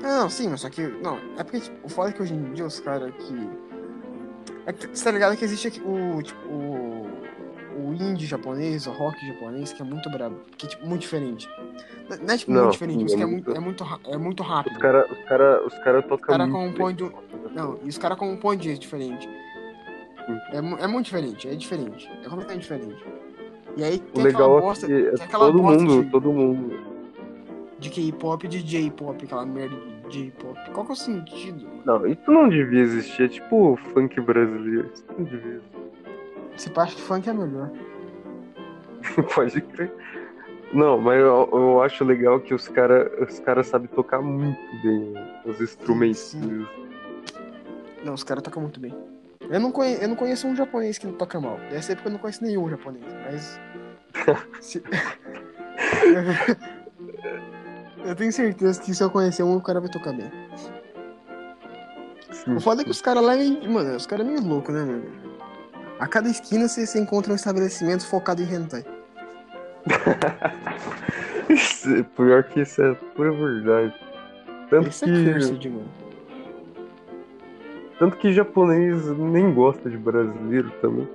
[SPEAKER 2] Não, sim, mas só que. Não, é porque, tipo, o foda é que hoje em dia os caras que. É que você tá ligado que existe aqui o. Tipo, o. O indie japonês, o rock japonês, que é muito brabo. Que é, tipo, muito diferente. N- Não é, tipo,
[SPEAKER 1] Não,
[SPEAKER 2] muito diferente,
[SPEAKER 1] sim,
[SPEAKER 2] mas
[SPEAKER 1] é
[SPEAKER 2] que é
[SPEAKER 1] muito-
[SPEAKER 2] muito, é muito, ra- é muito
[SPEAKER 1] Os
[SPEAKER 2] rápido.
[SPEAKER 1] caras os cara, os cara tocam
[SPEAKER 2] cara
[SPEAKER 1] muito.
[SPEAKER 2] compõe
[SPEAKER 1] bem.
[SPEAKER 2] Não, e os caras compõem de jeito diferente. É, mu- é muito diferente, é diferente. É completamente diferente. E aí
[SPEAKER 1] O
[SPEAKER 2] tem
[SPEAKER 1] legal
[SPEAKER 2] aquela
[SPEAKER 1] é
[SPEAKER 2] bosta,
[SPEAKER 1] que é
[SPEAKER 2] tem aquela
[SPEAKER 1] todo
[SPEAKER 2] bosta
[SPEAKER 1] mundo,
[SPEAKER 2] de-
[SPEAKER 1] todo mundo.
[SPEAKER 2] de K-pop e de J-pop, aquela merda de J-pop. Qual que é o sentido, mano?
[SPEAKER 1] Não, isso não devia existir. É tipo funk brasileiro. Isso não devia existir.
[SPEAKER 2] Você acha que funk é melhor?
[SPEAKER 1] Pode crer. Não, mas eu, eu acho legal que os caras os cara sabem tocar muito bem os instrumentos.
[SPEAKER 2] Sim, Não, os caras tocam muito bem. Eu não, conhe... eu não conheço um japonês que não toca mal. Dessa época eu não conheço nenhum japonês, mas. Se- eu tenho certeza que se eu conhecer um, o cara vai tocar bem.
[SPEAKER 1] Sim.
[SPEAKER 2] O foda é que os caras lá é meio. Mano, os caras é meio louco, né, mano? A cada esquina você, você encontra um estabelecimento focado em hentai.
[SPEAKER 1] Isso é Pior que isso é pura verdade. Tanto
[SPEAKER 2] Esse é
[SPEAKER 1] que,
[SPEAKER 2] cursed, mano.
[SPEAKER 1] tanto que japonês nem gosta de brasileiro também.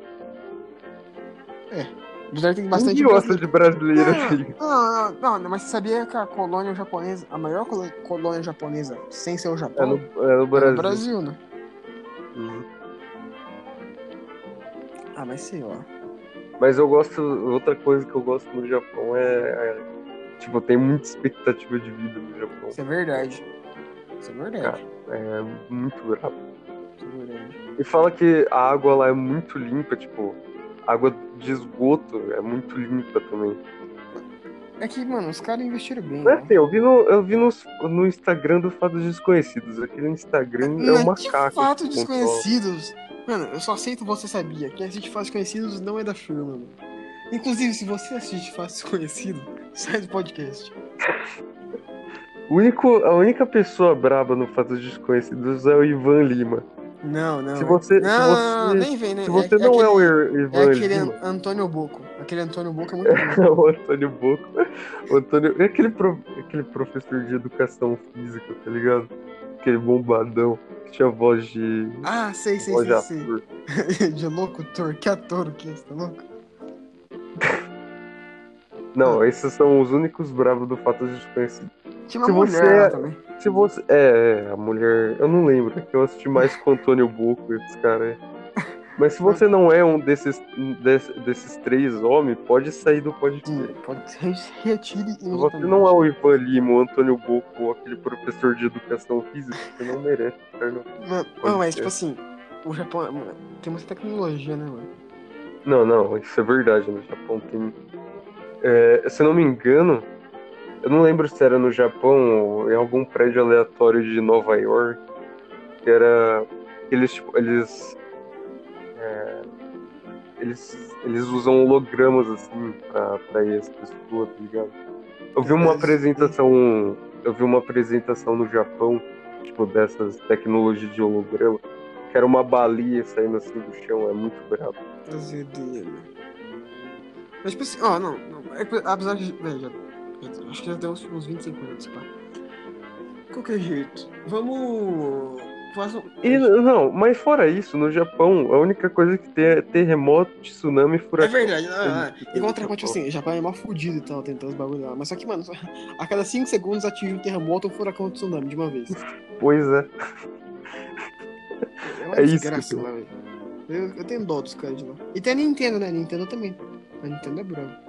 [SPEAKER 2] Apesar que tem bastante. Ah,
[SPEAKER 1] Ninguém gosta de brasileiro, tá filho.
[SPEAKER 2] Não, não, não, não, mas você sabia que a colônia japonesa, a maior colo- colônia japonesa sem ser o
[SPEAKER 1] É no,
[SPEAKER 2] Japão,
[SPEAKER 1] é no
[SPEAKER 2] é
[SPEAKER 1] Brasil.
[SPEAKER 2] no Brasil, né?
[SPEAKER 1] Uhum.
[SPEAKER 2] Ah, mas sei lá.
[SPEAKER 1] Mas eu gosto. Outra coisa que eu gosto no Japão é. é, tipo, tem muita expectativa de vida no Japão.
[SPEAKER 2] Isso é verdade. Isso é verdade.
[SPEAKER 1] É muito brabo.
[SPEAKER 2] Isso é verdade.
[SPEAKER 1] E fala que a água lá é muito limpa, tipo, a água de esgoto é muito limpa também.
[SPEAKER 2] É que, mano, os caras investiram bem,
[SPEAKER 1] Não é
[SPEAKER 2] né?
[SPEAKER 1] assim, eu vi no, eu vi nos- no Instagram do Fatos Desconhecidos. Aquele Instagram é
[SPEAKER 2] Não,
[SPEAKER 1] um
[SPEAKER 2] de
[SPEAKER 1] macaco.
[SPEAKER 2] fato,
[SPEAKER 1] que controla.
[SPEAKER 2] desconhecidos. Mano, eu só aceito você sabia. Quem assiste Fatos Conhecidos não é da firma, mano. Inclusive, se você assiste Fatos Conhecidos, sai do podcast.
[SPEAKER 1] O único, a única pessoa braba no Fatos Desconhecidos é o Ivan Lima.
[SPEAKER 2] Não, não.
[SPEAKER 1] Se
[SPEAKER 2] é-
[SPEAKER 1] você- se
[SPEAKER 2] Não, não, não,
[SPEAKER 1] você-
[SPEAKER 2] não, nem vem, né?
[SPEAKER 1] Se você não é o Ir- Ivan
[SPEAKER 2] É aquele
[SPEAKER 1] Lima.
[SPEAKER 2] An- Antônio Boco. Aquele Antônio Boco é muito bom.
[SPEAKER 1] o Antônio Boco. O Antônio. É aquele, pro- aquele professor de educação física, tá ligado? Aquele bombadão que tinha voz de.
[SPEAKER 2] Ah, sei, sei,
[SPEAKER 1] voz de
[SPEAKER 2] sei, sei.
[SPEAKER 1] ator.
[SPEAKER 2] De locutor, que ator que é, tá louco?
[SPEAKER 1] Não, esses são os únicos bravos do Fatos Desconhecidos.
[SPEAKER 2] Tinha uma
[SPEAKER 1] Se
[SPEAKER 2] mulher
[SPEAKER 1] você
[SPEAKER 2] lá
[SPEAKER 1] é-
[SPEAKER 2] também.
[SPEAKER 1] Se você. É, é, a mulher. Eu não lembro, é que eu assisti mais com o Antônio Boco e esses caras aí. Mas se você não é um desses, um desse- desses três homens, pode sair do podcast.
[SPEAKER 2] Sim, pode se retire e
[SPEAKER 1] Se você não é o Ivan Lima, o Antônio Boco ou aquele professor de educação física, você não merece estar no
[SPEAKER 2] Mano,
[SPEAKER 1] um Pode
[SPEAKER 2] mas
[SPEAKER 1] ser.
[SPEAKER 2] tipo assim, o Japão mano, tem muita tecnologia, né, mano?
[SPEAKER 1] Não, não, isso é verdade. No Japão tem. É, se eu não me engano, eu não lembro se era no Japão ou em algum prédio aleatório de Nova York, que era. Eles, tipo, eles. é, eles, eles usam hologramas assim pra, pra ir as pessoas, tá ligado? Eu vi uma
[SPEAKER 2] Eles-
[SPEAKER 1] apresentação. Eu vi uma apresentação no Japão, tipo, dessas tecnologias de holograma, que era uma baleia saindo assim do chão, é muito brabo.
[SPEAKER 2] Azedeira. Mas tipo assim, ó, não, não. É, que, apesar de. Velho, já, já- acho que já deu uns, uns 25 minutos, pá. Qualquer jeito. Vamos. Faça um.
[SPEAKER 1] E, não, mas fora isso, no Japão, a única coisa que tem é terremoto, tsunami e
[SPEAKER 2] É
[SPEAKER 1] furacão.
[SPEAKER 2] verdade, ah,
[SPEAKER 1] Tem-
[SPEAKER 2] ah. Igual tipo assim, Japão é mó fudido e tal, tentando os bagulho lá. Mas só que, mano, a cada 5 segundos atinge um terremoto ou um furacão de tsunami de uma vez.
[SPEAKER 1] Pois é.
[SPEAKER 2] É uma
[SPEAKER 1] É isso
[SPEAKER 2] desgraça
[SPEAKER 1] que
[SPEAKER 2] lá, velho. Eu, eu tenho dó dos caras de lá. E tem a Nintendo, né? A Nintendo também. A Nintendo é brava.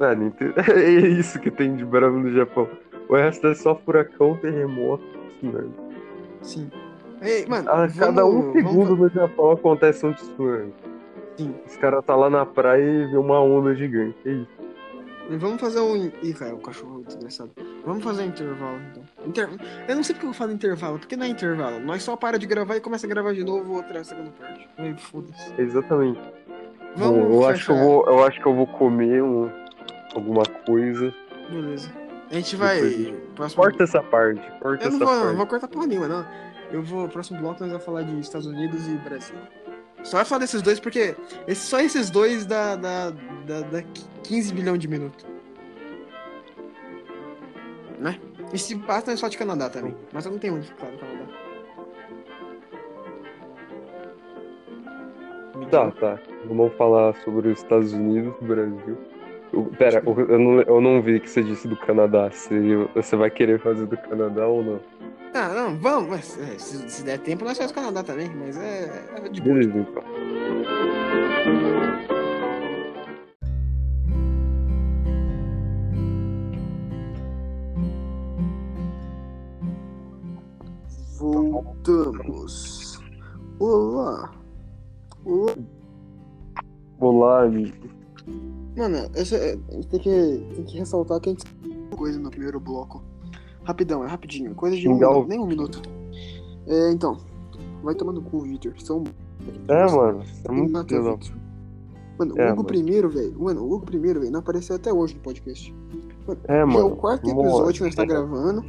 [SPEAKER 1] Ah, Nintendo- É isso que tem de bravo no Japão. O resto é só furacão, terremoto, tsunami.
[SPEAKER 2] Sim. Ei, mano,
[SPEAKER 1] A
[SPEAKER 2] vamos-
[SPEAKER 1] cada um
[SPEAKER 2] vamos-
[SPEAKER 1] segundo no Japão acontece um tsunami.
[SPEAKER 2] Sim.
[SPEAKER 1] Os caras tá lá na praia e vê uma onda gigante. É isso.
[SPEAKER 2] Vamos fazer um. Ih, cara, o cachorro é desgraçado. Vamos fazer um intervalo, então. Inter... Eu não sei porque eu falo intervalo, porque não é intervalo. Nós só para de gravar e começa a gravar de novo outra segunda parte. Aí, foda-se.
[SPEAKER 1] É exatamente.
[SPEAKER 2] Vamos
[SPEAKER 1] Bom, eu, acho que eu,
[SPEAKER 2] fechar.
[SPEAKER 1] vou, eu acho que eu vou comer um- alguma coisa.
[SPEAKER 2] Beleza. A gente vai. Próximo...
[SPEAKER 1] Corta essa parte. Corta
[SPEAKER 2] Eu não
[SPEAKER 1] essa
[SPEAKER 2] vou,
[SPEAKER 1] parte.
[SPEAKER 2] não vou cortar porra nenhuma, não. Eu vou. Próximo bloco nós vamos falar de Estados Unidos e Brasil. Só vai falar desses dois porque esse, só esses dois dá, dá, dá, dá 15 bilhão de minutos. Né? E se passa é só de Canadá também. Mas eu não tenho muito claro no Canadá. Me
[SPEAKER 1] Tá,
[SPEAKER 2] diga.
[SPEAKER 1] tá. Vamos falar sobre os Estados Unidos, Brasil. Eu- pera, eu, eu não, eu não vi que você disse do Canadá. Se você vai querer fazer do Canadá ou não?
[SPEAKER 2] Ah, não, vamos. Mas, é, se, se der tempo, nós faz o Canadá também. Mas é, é de boa.
[SPEAKER 1] Beleza, então.
[SPEAKER 2] Voltamos. Olá. Olá.
[SPEAKER 1] Olá, amigo.
[SPEAKER 2] Mano, essa- é, a gente tem que, tem que ressaltar que a gente uma coisa no primeiro bloco. Rapidão, é rapidinho. Coisa de um
[SPEAKER 1] Legal.
[SPEAKER 2] minuto, nem um minuto. É, então, vai tomando cu, Victor. São
[SPEAKER 1] É, mano. Você é
[SPEAKER 2] Tem
[SPEAKER 1] muito
[SPEAKER 2] nada a ver.
[SPEAKER 1] pesado.
[SPEAKER 2] Mano,
[SPEAKER 1] É,
[SPEAKER 2] o Hugo
[SPEAKER 1] mano.
[SPEAKER 2] primeiro, velho. Mano, o Hugo primeiro, velho, não apareceu até hoje no podcast.
[SPEAKER 1] É,
[SPEAKER 2] Já é
[SPEAKER 1] mano.
[SPEAKER 2] o quarto
[SPEAKER 1] vamos lá.
[SPEAKER 2] episódio que a gente tá gravando.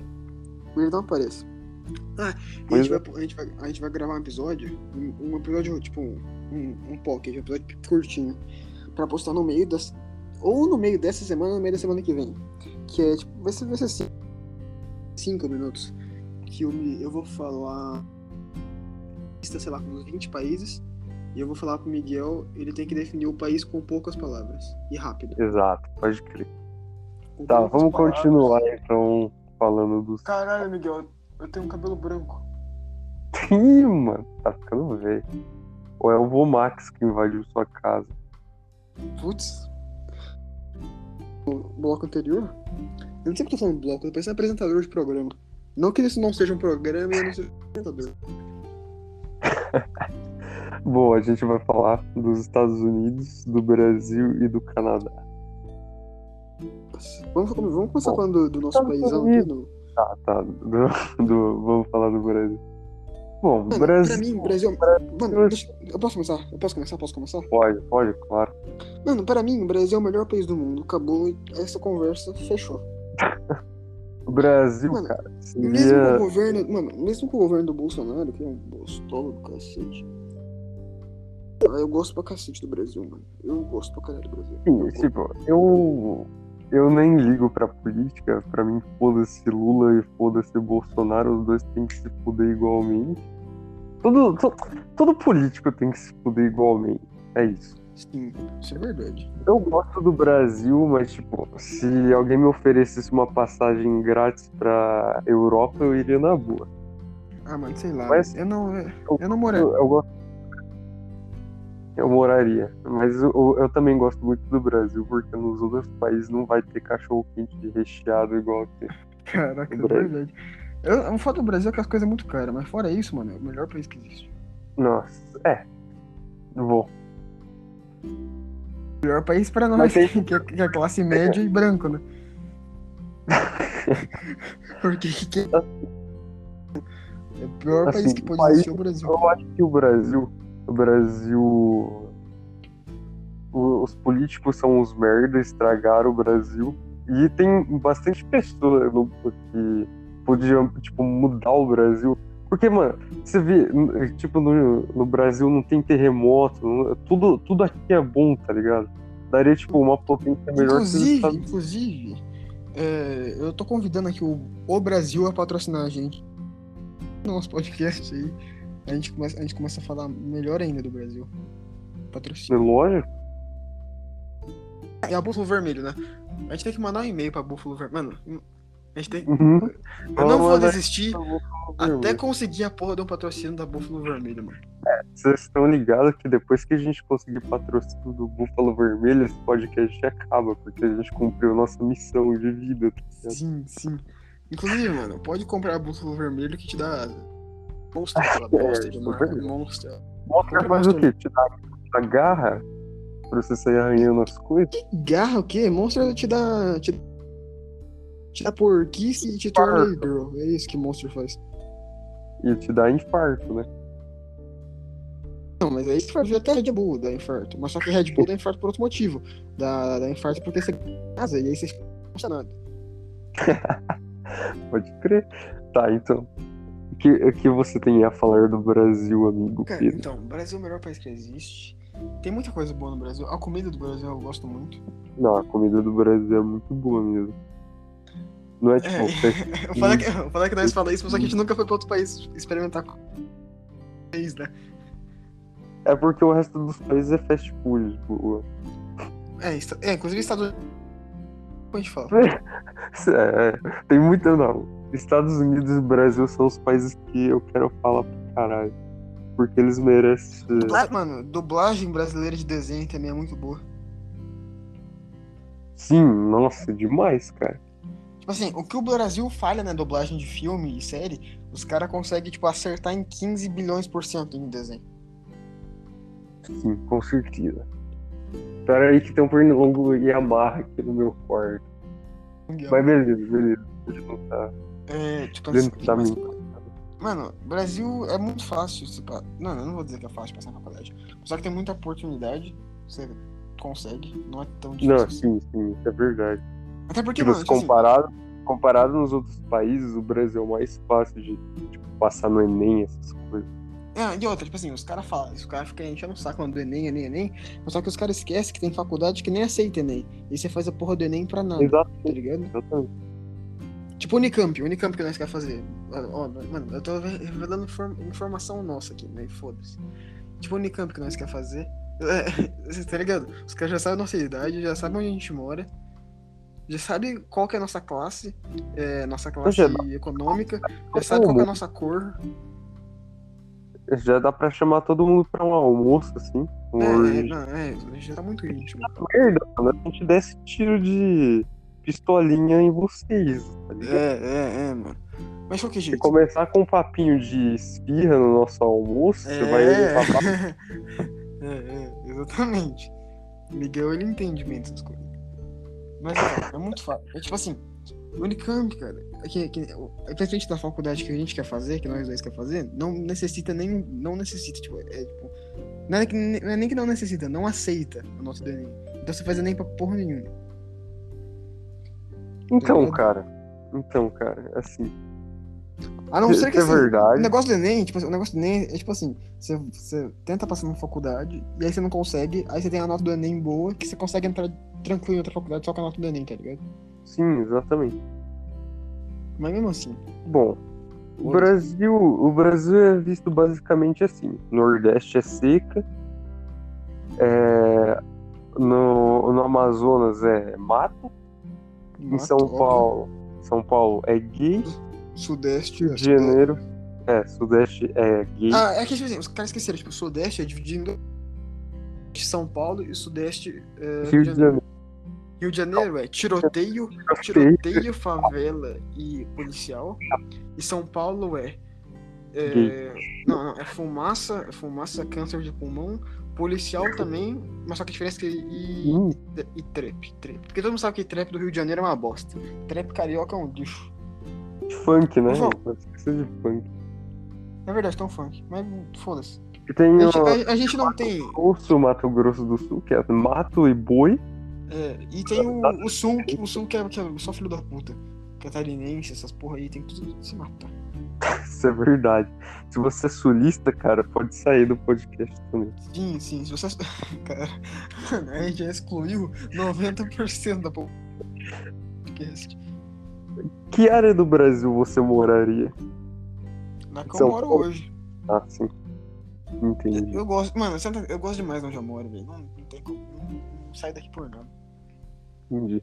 [SPEAKER 2] mas Ele não aparece. Ah, e a
[SPEAKER 1] Pois é.
[SPEAKER 2] gente, vai, a, gente vai, a gente vai gravar um episódio. um- Um episódio, tipo, um, um, um pocket, um episódio curtinho. Pra postar no meio das. Ou no meio dessa semana, ou no meio da semana que vem. Que é, tipo, vai ser, vai ser cinco, cinco minutos. Que eu, me, eu vou falar. lista, Sei lá, com uns 20 países. E eu vou falar pro Miguel, ele tem que definir o país com poucas palavras. E rápido.
[SPEAKER 1] Exato, pode crer.
[SPEAKER 2] Com
[SPEAKER 1] Tá,
[SPEAKER 2] poucas
[SPEAKER 1] vamos
[SPEAKER 2] palavras.
[SPEAKER 1] continuar então falando dos.
[SPEAKER 2] Caralho, Miguel, eu tenho um cabelo branco.
[SPEAKER 1] Ih, mano, tá ficando velho. Ou é o Vomax que invadiu sua casa?
[SPEAKER 2] Putz. O bloco anterior? Eu não sei porque eu tô falando bloco, eu pensei em apresentador de programa. Não que isso não seja um programa e eu não seja um apresentador.
[SPEAKER 1] Bom, a gente vai falar dos Estados Unidos, do Brasil e do Canadá.
[SPEAKER 2] Vamos, vamos começar
[SPEAKER 1] Bom,
[SPEAKER 2] falando do, do nosso
[SPEAKER 1] tá
[SPEAKER 2] paísão
[SPEAKER 1] bonito.
[SPEAKER 2] aqui no.
[SPEAKER 1] Tá, tá. Do, do- vamos falar do Brasil. Bom,
[SPEAKER 2] Mano, pra
[SPEAKER 1] Brasil.
[SPEAKER 2] mim, Brasil. é um Mano, deixa- eu posso começar? Eu posso começar? Posso começar?
[SPEAKER 1] Pode, pode, claro.
[SPEAKER 2] Mano, pra mim, o Brasil é o melhor país do mundo. Acabou essa conversa, fechou.
[SPEAKER 1] O Brasil,
[SPEAKER 2] Mano,
[SPEAKER 1] cara,
[SPEAKER 2] Mesmo com o
[SPEAKER 1] seria.
[SPEAKER 2] governo. Mano, mesmo com o governo do Bolsonaro, que é um bostola do cacete. Ah, Eu gosto pra cacete do Brasil, mano. Eu gosto pra caralho do Brasil.
[SPEAKER 1] Sim, tipo, eu. Eu nem ligo pra política. Pra mim, foda-se Lula e foda-se Bolsonaro. Os dois têm que se fuder igualmente. Todo, to- todo político tem que se fuder igualmente. É isso.
[SPEAKER 2] Sim, isso é verdade.
[SPEAKER 1] Eu gosto do Brasil, mas tipo, se alguém me oferecesse uma passagem grátis pra Europa, eu iria na boa.
[SPEAKER 2] Ah, mano, sei lá.
[SPEAKER 1] Mas-
[SPEAKER 2] Eu não. é, Eu,
[SPEAKER 1] eu-
[SPEAKER 2] não moraria.
[SPEAKER 1] Eu, eu gosto. Eu moraria. Mas eu, eu também gosto muito do Brasil, porque nos outros países não vai ter cachorro quente recheado igual aqui.
[SPEAKER 2] Caraca, é
[SPEAKER 1] no Brasil.
[SPEAKER 2] verdade. Eu, o foda do Brasil é que as coisas é muito caras, mas fora isso, mano, é o melhor país que existe.
[SPEAKER 1] Nossa, é. Vou.
[SPEAKER 2] O melhor país pra nós,
[SPEAKER 1] Mas tem-
[SPEAKER 2] que, é, que é classe média e branco, né? Porque que- é o pior país
[SPEAKER 1] Assim,
[SPEAKER 2] que pode
[SPEAKER 1] país-
[SPEAKER 2] existir é o Brasil.
[SPEAKER 1] Eu acho que o Brasil. O Brasil. o- Os políticos são os merda, estragaram o Brasil. E tem bastante pessoa né, no- que podia, tipo, mudar o Brasil. Porque, mano, você vê, n- tipo, no, no Brasil não tem terremoto, não- tudo, tudo aqui é bom, tá ligado? Daria, tipo, uma potência melhor
[SPEAKER 2] Inclusive,
[SPEAKER 1] que os Estados
[SPEAKER 2] inclusive, é, eu tô convidando aqui o, o Brasil a patrocinar a gente. No Nosso podcast aí. A gente, começa, a gente começa a falar melhor ainda do Brasil. Patrocínio.
[SPEAKER 1] Unidos. Lógico.
[SPEAKER 2] É a Búfalo Vermelho, né? A gente tem que mandar um e-mail pra Búfalo Vermelho. Mano, hum, a gente tem que.
[SPEAKER 1] Uhum.
[SPEAKER 2] Eu não
[SPEAKER 1] Vamos
[SPEAKER 2] vou
[SPEAKER 1] mandar
[SPEAKER 2] desistir até conseguir a porra de um patrocínio da Búfalo Vermelho, mano.
[SPEAKER 1] Vocês estão ligados que depois que a gente conseguir patrocínio do Búfalo Vermelho, esse podcast acaba, porque a gente cumpriu nossa missão de vida. tá ligado?
[SPEAKER 2] Sim, sim. Inclusive, mano, pode comprar a Búfalo Vermelho que te dá. Monster, aquela bosta de
[SPEAKER 1] isso é
[SPEAKER 2] marca.
[SPEAKER 1] verdade.
[SPEAKER 2] Monster.
[SPEAKER 1] Mostra mais o quê? Te dá, te dá garra pra você sair arranhando as coisas?
[SPEAKER 2] Que garra o quê? Monstro te dá. Te, te dá porquice e te torna
[SPEAKER 1] Parto.
[SPEAKER 2] girl. É isso que monstro faz.
[SPEAKER 1] E te dá infarto, né?
[SPEAKER 2] Não, mas aí você vai ver até Red Bull dá infarto. Mas só que Red Bull dá infarto por outro motivo. Dá, dá infarto porque você casa e aí você fica emocionado.
[SPEAKER 1] Pode crer. Tá, então. que, que você tem a falar do Brasil, amigo
[SPEAKER 2] Cara,
[SPEAKER 1] Pedro?
[SPEAKER 2] então, o Brasil é o melhor país que existe. Tem muita coisa boa no Brasil. A comida do Brasil eu gosto muito.
[SPEAKER 1] Não, a comida do Brasil é muito boa mesmo. Não é tipo. fast
[SPEAKER 2] Eu falei que, eu falei que nós falamos isso, mas só que a gente nunca foi pra outro país experimentar co- país, né?
[SPEAKER 1] É porque o resto dos países é fast food. Tipo,
[SPEAKER 2] É, esta- é inclusive Estados Unidos. Como a gente fala?
[SPEAKER 1] é, tem muita. Não. Estados Unidos e Brasil são os países que eu quero falar pra caralho. Porque eles merecem.
[SPEAKER 2] Dubla- Mano, dublagem brasileira de desenho também é muito boa.
[SPEAKER 1] Sim, nossa, demais, cara.
[SPEAKER 2] Tipo assim, o que o Brasil falha na dublagem de filme e série, os caras conseguem, tipo, acertar em 15 bilhões por cento em desenho.
[SPEAKER 1] Sim, com certeza. Pera aí que tem um pernilongo e amarra aqui no meu quarto. Mas beleza, beleza. Deixa eu contar.
[SPEAKER 2] É, tipo assim.
[SPEAKER 1] Dentro da
[SPEAKER 2] mas-
[SPEAKER 1] minha.
[SPEAKER 2] Mano, Brasil é muito fácil se pa- Não, eu não vou dizer que é fácil passar na faculdade. Só que tem muita oportunidade, você consegue, não é tão difícil.
[SPEAKER 1] Não, sim, sim, isso é verdade.
[SPEAKER 2] Até porque,
[SPEAKER 1] Tipo,
[SPEAKER 2] mano,
[SPEAKER 1] se
[SPEAKER 2] tipo assim,
[SPEAKER 1] comparado, comparado nos outros países, o Brasil é o mais fácil de tipo, passar no Enem, essas coisas.
[SPEAKER 2] Ah, e outra, tipo assim, os caras falam, os caras ficam enchendo o saco mano, do Enem, Enem, Enem, mas só que os caras esquecem que tem faculdade que nem aceita Enem. E você faz a porra do Enem pra nada,
[SPEAKER 1] Exato,
[SPEAKER 2] tá ligado?
[SPEAKER 1] exatamente.
[SPEAKER 2] Tipo Unicamp, Unicamp que nós quer fazer. Ó, ó, mano, eu tô re- revelando inform- informação nossa aqui, né? Foda-se. Tipo Unicamp que nós quer fazer. É, cê tá ligado? Os caras já sabem a nossa idade, já sabem onde a gente mora, já sabem qual que é a nossa classe, é, nossa classe
[SPEAKER 1] já dá-
[SPEAKER 2] econômica, já sabe qual que é a nossa cor.
[SPEAKER 1] Já dá pra chamar todo mundo pra um almoço, assim. Um
[SPEAKER 2] É, é,
[SPEAKER 1] orgia.
[SPEAKER 2] não, é, a gente já tá muito íntimo.
[SPEAKER 1] Merda, mano, a gente desce tiro de pistolinha em vocês, tá ligado?
[SPEAKER 2] É, é, é, mano. Mas é, de qualquer
[SPEAKER 1] Se
[SPEAKER 2] jeito.
[SPEAKER 1] começar com um papinho de espirra no nosso almoço,
[SPEAKER 2] É,
[SPEAKER 1] você vai levar
[SPEAKER 2] é, é, exatamente. Miguel, ele entende bem dessas coisas. Mas, cara, é muito fácil. É tipo assim, o Unicamp, cara, é que, é que, é pra frente da faculdade que a gente quer fazer, que nós dois quer fazer, não necessita nem. Não necessita, tipo, é tipo. Não é, que, não é nem que não necessita, não aceita o nosso do Enem. Então você faz Enem pra porra nenhuma.
[SPEAKER 1] Então,
[SPEAKER 2] Entendeu?
[SPEAKER 1] cara. Então, cara, assim.
[SPEAKER 2] A não ser que
[SPEAKER 1] isso é
[SPEAKER 2] assim, O
[SPEAKER 1] verdade.
[SPEAKER 2] negócio do Enem, tipo, o negócio do Enem é tipo assim, você, você tenta passar numa faculdade, e aí você não consegue, aí você tem a nota do Enem boa, que você consegue entrar tranquilo em outra faculdade só com a nota do Enem, tá ligado?
[SPEAKER 1] Sim, exatamente.
[SPEAKER 2] Mas mesmo assim,
[SPEAKER 1] Bom, o Brasil, o Brasil é visto basicamente assim. Nordeste é seca. é, no, no Amazonas é mato. em
[SPEAKER 2] mato,
[SPEAKER 1] São
[SPEAKER 2] óbvio.
[SPEAKER 1] Paulo. São Paulo é gay.
[SPEAKER 2] Sudeste.
[SPEAKER 1] Rio de Janeiro. É, Sudeste é gay.
[SPEAKER 2] Ah, é que tipo assim, os caras esqueceram, tipo, Sudeste é dividindo São Paulo e Sudeste é,
[SPEAKER 1] Rio de Janeiro.
[SPEAKER 2] Rio de Janeiro é tiroteio,
[SPEAKER 1] Gay,
[SPEAKER 2] tiroteio, favela e policial. E São Paulo é. é-
[SPEAKER 1] Gay.
[SPEAKER 2] não, não, é fumaça, é fumaça, câncer de pulmão. Policial também, mas só que a diferença é que. E,
[SPEAKER 1] Hum.
[SPEAKER 2] e trap, trap. Porque todo mundo sabe que trap do Rio de Janeiro é uma bosta. Trap carioca é um lixo.
[SPEAKER 1] Funk, né?
[SPEAKER 2] João.
[SPEAKER 1] Não esqueça de funk.
[SPEAKER 2] Na É verdade, tão funk, mas foda-se.
[SPEAKER 1] E tem
[SPEAKER 2] A
[SPEAKER 1] o
[SPEAKER 2] gente, a- a gente não tem.
[SPEAKER 1] o Sul, Mato Grosso do Sul, que é mato e boi.
[SPEAKER 2] é, e tem o, o sul, que- o sul que é, que é só filho da puta. Catarinense, essas porra aí, tem que tudo se matar.
[SPEAKER 1] Isso é verdade. Se você é sulista, cara, pode sair do podcast também.
[SPEAKER 2] Sim, sim. Se você. Cara, a gente já excluiu 90% da po- podcast.
[SPEAKER 1] Que área do Brasil você moraria?
[SPEAKER 2] Na que eu
[SPEAKER 1] São
[SPEAKER 2] moro
[SPEAKER 1] Paulo.
[SPEAKER 2] hoje.
[SPEAKER 1] Ah, sim. Entendi.
[SPEAKER 2] Eu gosto. Mano, você não- tá, eu gosto demais de onde eu moro, velho. Não, não tem como. Não, não saio daqui por nada.
[SPEAKER 1] Entendi.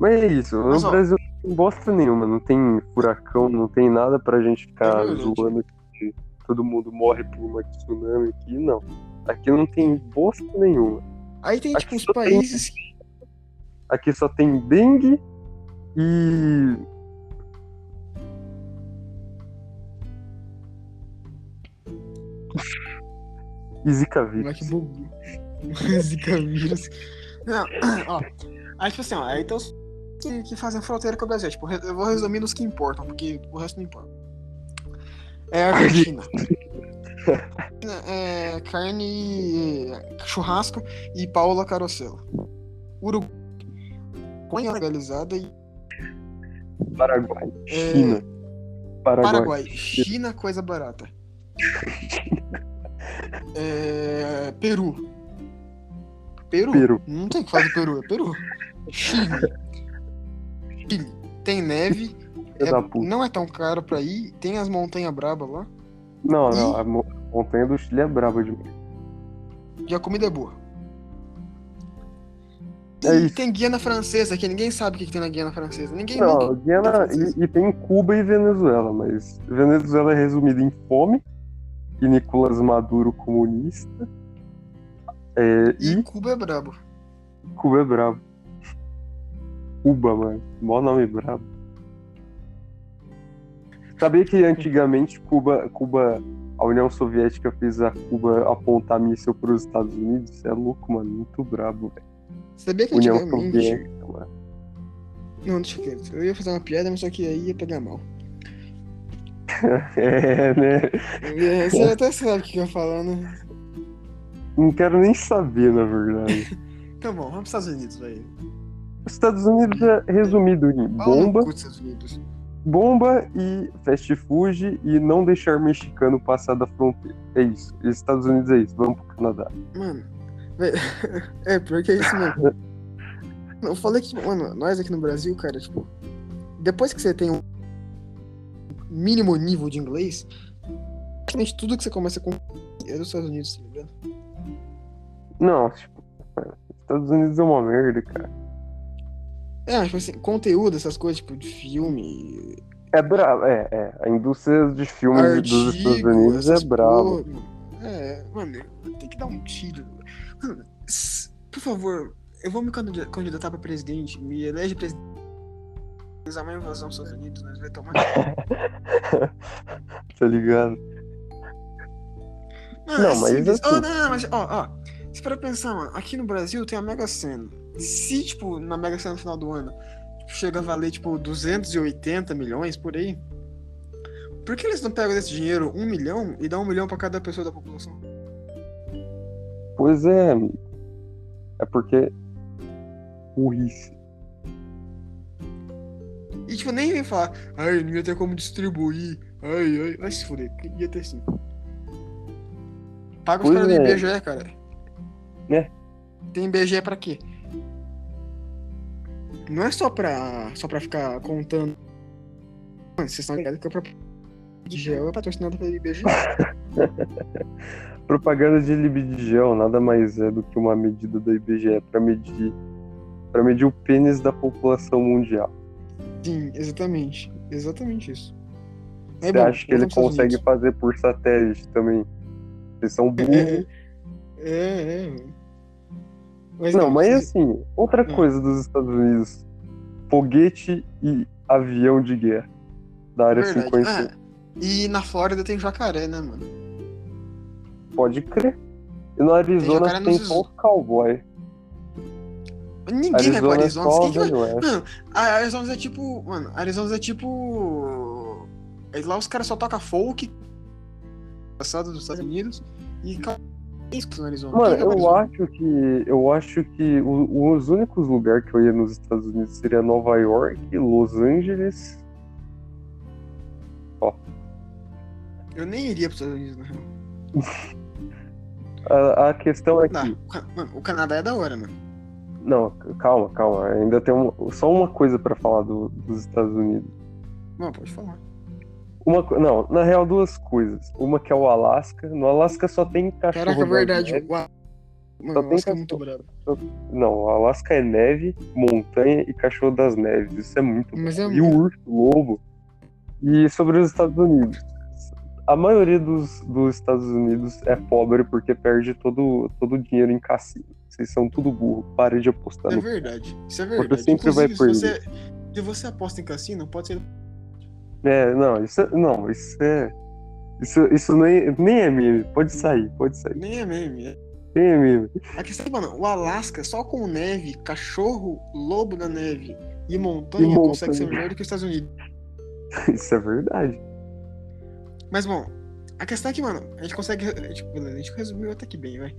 [SPEAKER 1] Mas é isso.
[SPEAKER 2] Mas,
[SPEAKER 1] no
[SPEAKER 2] ó.
[SPEAKER 1] Brasil não tem bosta nenhuma. Não tem furacão, não tem nada pra gente ficar
[SPEAKER 2] É verdade.
[SPEAKER 1] zoando que todo mundo morre por uma tsunami aqui. Não. Aqui não tem bosta nenhuma.
[SPEAKER 2] Aí tem,
[SPEAKER 1] Aqui
[SPEAKER 2] tipo, uns
[SPEAKER 1] só tem-
[SPEAKER 2] países. que-
[SPEAKER 1] Aqui só tem dengue e. E Zika
[SPEAKER 2] Como é que
[SPEAKER 1] vírus.
[SPEAKER 2] bugou? Zika vírus. Não, ó. Aí, tipo assim, ó. Aí tem os que, que fazem fronteira com o Brasil. Tipo, re- eu vou resumir nos que importam, porque o resto não importa. É a Argentina. é, carne churrasco e Paula Carosella. Uruguai. Põe legalizada e.
[SPEAKER 1] Paraguai,
[SPEAKER 2] É,
[SPEAKER 1] China. Paraguai.
[SPEAKER 2] Paraguai, China, coisa barata. É, Peru. Peru.
[SPEAKER 1] Peru.
[SPEAKER 2] Não tem o que falar do Peru, é Peru. Chile. Chile. Tem neve.
[SPEAKER 1] Filha
[SPEAKER 2] é-
[SPEAKER 1] da puta.
[SPEAKER 2] não é tão caro pra ir. Tem as montanhas brabas lá.
[SPEAKER 1] Não, não, a mo- montanha do Chile é braba demais.
[SPEAKER 2] E a comida é boa.
[SPEAKER 1] É
[SPEAKER 2] E
[SPEAKER 1] isso.
[SPEAKER 2] tem Guiana Francesa, que ninguém sabe o que, que tem na Guiana Francesa. Ninguém
[SPEAKER 1] Não,
[SPEAKER 2] nunca-
[SPEAKER 1] Guiana, e, e tem Cuba e Venezuela, mas Venezuela é resumida em fome e Nicolás Maduro comunista. É,
[SPEAKER 2] E
[SPEAKER 1] e
[SPEAKER 2] Cuba é brabo.
[SPEAKER 1] Cuba é brabo. Cuba, mano. Mó nome brabo. Sabia que antigamente Cuba, Cuba, a União Soviética fez a Cuba apontar míssil para os Estados Unidos? Você é louco, mano. Muito brabo, velho.
[SPEAKER 2] Sabia que
[SPEAKER 1] União
[SPEAKER 2] antigamente.
[SPEAKER 1] Soviética, mano.
[SPEAKER 2] Não, deixa quieto. Eu ia fazer uma piada, mas só que aí ia pegar mal.
[SPEAKER 1] É, né?
[SPEAKER 2] É, Você até sabe o que eu ia falar, né?
[SPEAKER 1] Não quero nem saber, na verdade.
[SPEAKER 2] Tá bom, vamos para os Estados Unidos, velho.
[SPEAKER 1] Os Estados Unidos é resumido em
[SPEAKER 2] Fala no
[SPEAKER 1] bomba,
[SPEAKER 2] cu dos Estados Unidos.
[SPEAKER 1] bomba e fast food e não deixar mexicano passar da fronteira. É isso. Os Estados Unidos é isso. Vamos pro Canadá.
[SPEAKER 2] Mano, velho, é pior que é isso mesmo. Mano, Eu falei que, mano, nós aqui no Brasil, cara, tipo, depois que você tem um mínimo nível de inglês, praticamente tudo que você começa com é dos Estados Unidos, tá ligado?
[SPEAKER 1] Não, tipo, os Estados Unidos é uma merda, cara.
[SPEAKER 2] É, tipo assim, conteúdo, essas coisas, tipo, de filme,
[SPEAKER 1] É brabo, é, é. A indústria de filmes dos Estados
[SPEAKER 2] artigo,
[SPEAKER 1] Unidos
[SPEAKER 2] essas
[SPEAKER 1] é brabo.
[SPEAKER 2] porra, mano. É, mano, tem que dar um tiro. Mano, s- por favor, eu vou me candida- candidatar pra presidente, me elege presidente. Mas amanhã invasão dos Estados Unidos, nós vai tomar.
[SPEAKER 1] Tá ligado?
[SPEAKER 2] Mano,
[SPEAKER 1] Não,
[SPEAKER 2] é
[SPEAKER 1] mas
[SPEAKER 2] simples.
[SPEAKER 1] assim-
[SPEAKER 2] Ó, não, não, mas, ó, ó. Se para pensar, mano, aqui no Brasil tem a Mega Sena. Se, tipo, na Mega Sena no final do ano tipo, chega a valer, tipo, 280 milhões por aí, por que eles não pegam desse dinheiro um milhão e dão um milhão pra cada pessoa da população?
[SPEAKER 1] Pois é, amigo. É porque. Burrice.
[SPEAKER 2] E tipo, nem vem falar, ai, não ia ter como distribuir, ai, ai, vai se fuder, que ia ter sim. Paga os
[SPEAKER 1] Pois
[SPEAKER 2] caras do
[SPEAKER 1] é.
[SPEAKER 2] IBGE, cara.
[SPEAKER 1] Né?
[SPEAKER 2] Tem IBGE pra quê? Não é só pra, só pra ficar contando. Mano, vocês estão ligados que é pra. IBGE é patrocinado pelo IBGE.
[SPEAKER 1] Propaganda de libigel nada mais é do que uma medida da IBGE pra medir. Pra medir o pênis da população mundial.
[SPEAKER 2] Sim, exatamente. Exatamente isso. É
[SPEAKER 1] Você acha que ele
[SPEAKER 2] voltamos pros Estados
[SPEAKER 1] consegue
[SPEAKER 2] Unidos.
[SPEAKER 1] fazer por satélite também? Vocês são burros.
[SPEAKER 2] É, é, mano. Mas
[SPEAKER 1] Não, mas
[SPEAKER 2] vocês-
[SPEAKER 1] assim, outra
[SPEAKER 2] é Hum.
[SPEAKER 1] coisa dos Estados Unidos: foguete e avião de guerra da área
[SPEAKER 2] Verdade.
[SPEAKER 1] 50.
[SPEAKER 2] Ah, e na Flórida tem jacaré, né, mano?
[SPEAKER 1] Pode crer. E no Arizona
[SPEAKER 2] jacaré
[SPEAKER 1] tem,
[SPEAKER 2] Ah. nos is-
[SPEAKER 1] só o cowboy.
[SPEAKER 2] Ninguém vai
[SPEAKER 1] Arizona
[SPEAKER 2] pra
[SPEAKER 1] é
[SPEAKER 2] Arizona.
[SPEAKER 1] só
[SPEAKER 2] Quem que vai...
[SPEAKER 1] Velho Oeste.
[SPEAKER 2] Mano, a Arizona é tipo. Mano, a Arizona é tipo. aí Lá os caras só tocam folk. Passado dos Estados Unidos. E. ca- É isso que no Arizona.
[SPEAKER 1] Mano,
[SPEAKER 2] Quem vai pra
[SPEAKER 1] eu
[SPEAKER 2] Arizona?
[SPEAKER 1] acho que eu acho que o- os únicos lugares que eu ia nos Estados Unidos seria Nova York, Los Angeles.
[SPEAKER 2] Eu nem iria pros Estados Unidos, na real.
[SPEAKER 1] A, a questão é que
[SPEAKER 2] Não, Tá, o Ca- Mano, o Canadá é da hora, mano.
[SPEAKER 1] não, calma, calma. Ainda tem um- só uma coisa pra falar do- dos Estados Unidos.
[SPEAKER 2] Bom, pode falar.
[SPEAKER 1] Uma, co- não, na real, duas coisas. Uma que é o Alasca. No Alasca só tem cachorro.
[SPEAKER 2] Caraca, é
[SPEAKER 1] da
[SPEAKER 2] verdade.
[SPEAKER 1] neve.
[SPEAKER 2] Uau. Mano,
[SPEAKER 1] Só
[SPEAKER 2] o
[SPEAKER 1] tem
[SPEAKER 2] Alasca é
[SPEAKER 1] cachorro.
[SPEAKER 2] muito brabo.
[SPEAKER 1] Não, o Alasca é neve, montanha e cachorro das neves. Isso é muito.
[SPEAKER 2] Mas é
[SPEAKER 1] E o urso, lobo. E sobre os Estados Unidos. A maioria dos, dos Estados Unidos é pobre porque perde todo, todo o dinheiro em cassino. Vocês são tudo burro. Pare de apostar
[SPEAKER 2] É
[SPEAKER 1] tá no.
[SPEAKER 2] verdade. Isso é verdade.
[SPEAKER 1] sempre vai
[SPEAKER 2] Inclusive, se você, se você aposta em cassino, pode ser
[SPEAKER 1] É, não, isso é. Não, isso é. Isso, isso nem, nem é meme. Pode sair, pode sair.
[SPEAKER 2] nem é meme. é-
[SPEAKER 1] Nem é meme.
[SPEAKER 2] A questão, mano, o Alasca só com neve, cachorro, lobo na neve e
[SPEAKER 1] E
[SPEAKER 2] montanha
[SPEAKER 1] montanha.
[SPEAKER 2] consegue ser melhor do que os Estados Unidos.
[SPEAKER 1] Isso é verdade.
[SPEAKER 2] Mas, bom, a questão é que, mano, a gente consegue. é, Tipo, beleza, a gente resumiu até que bem, vai.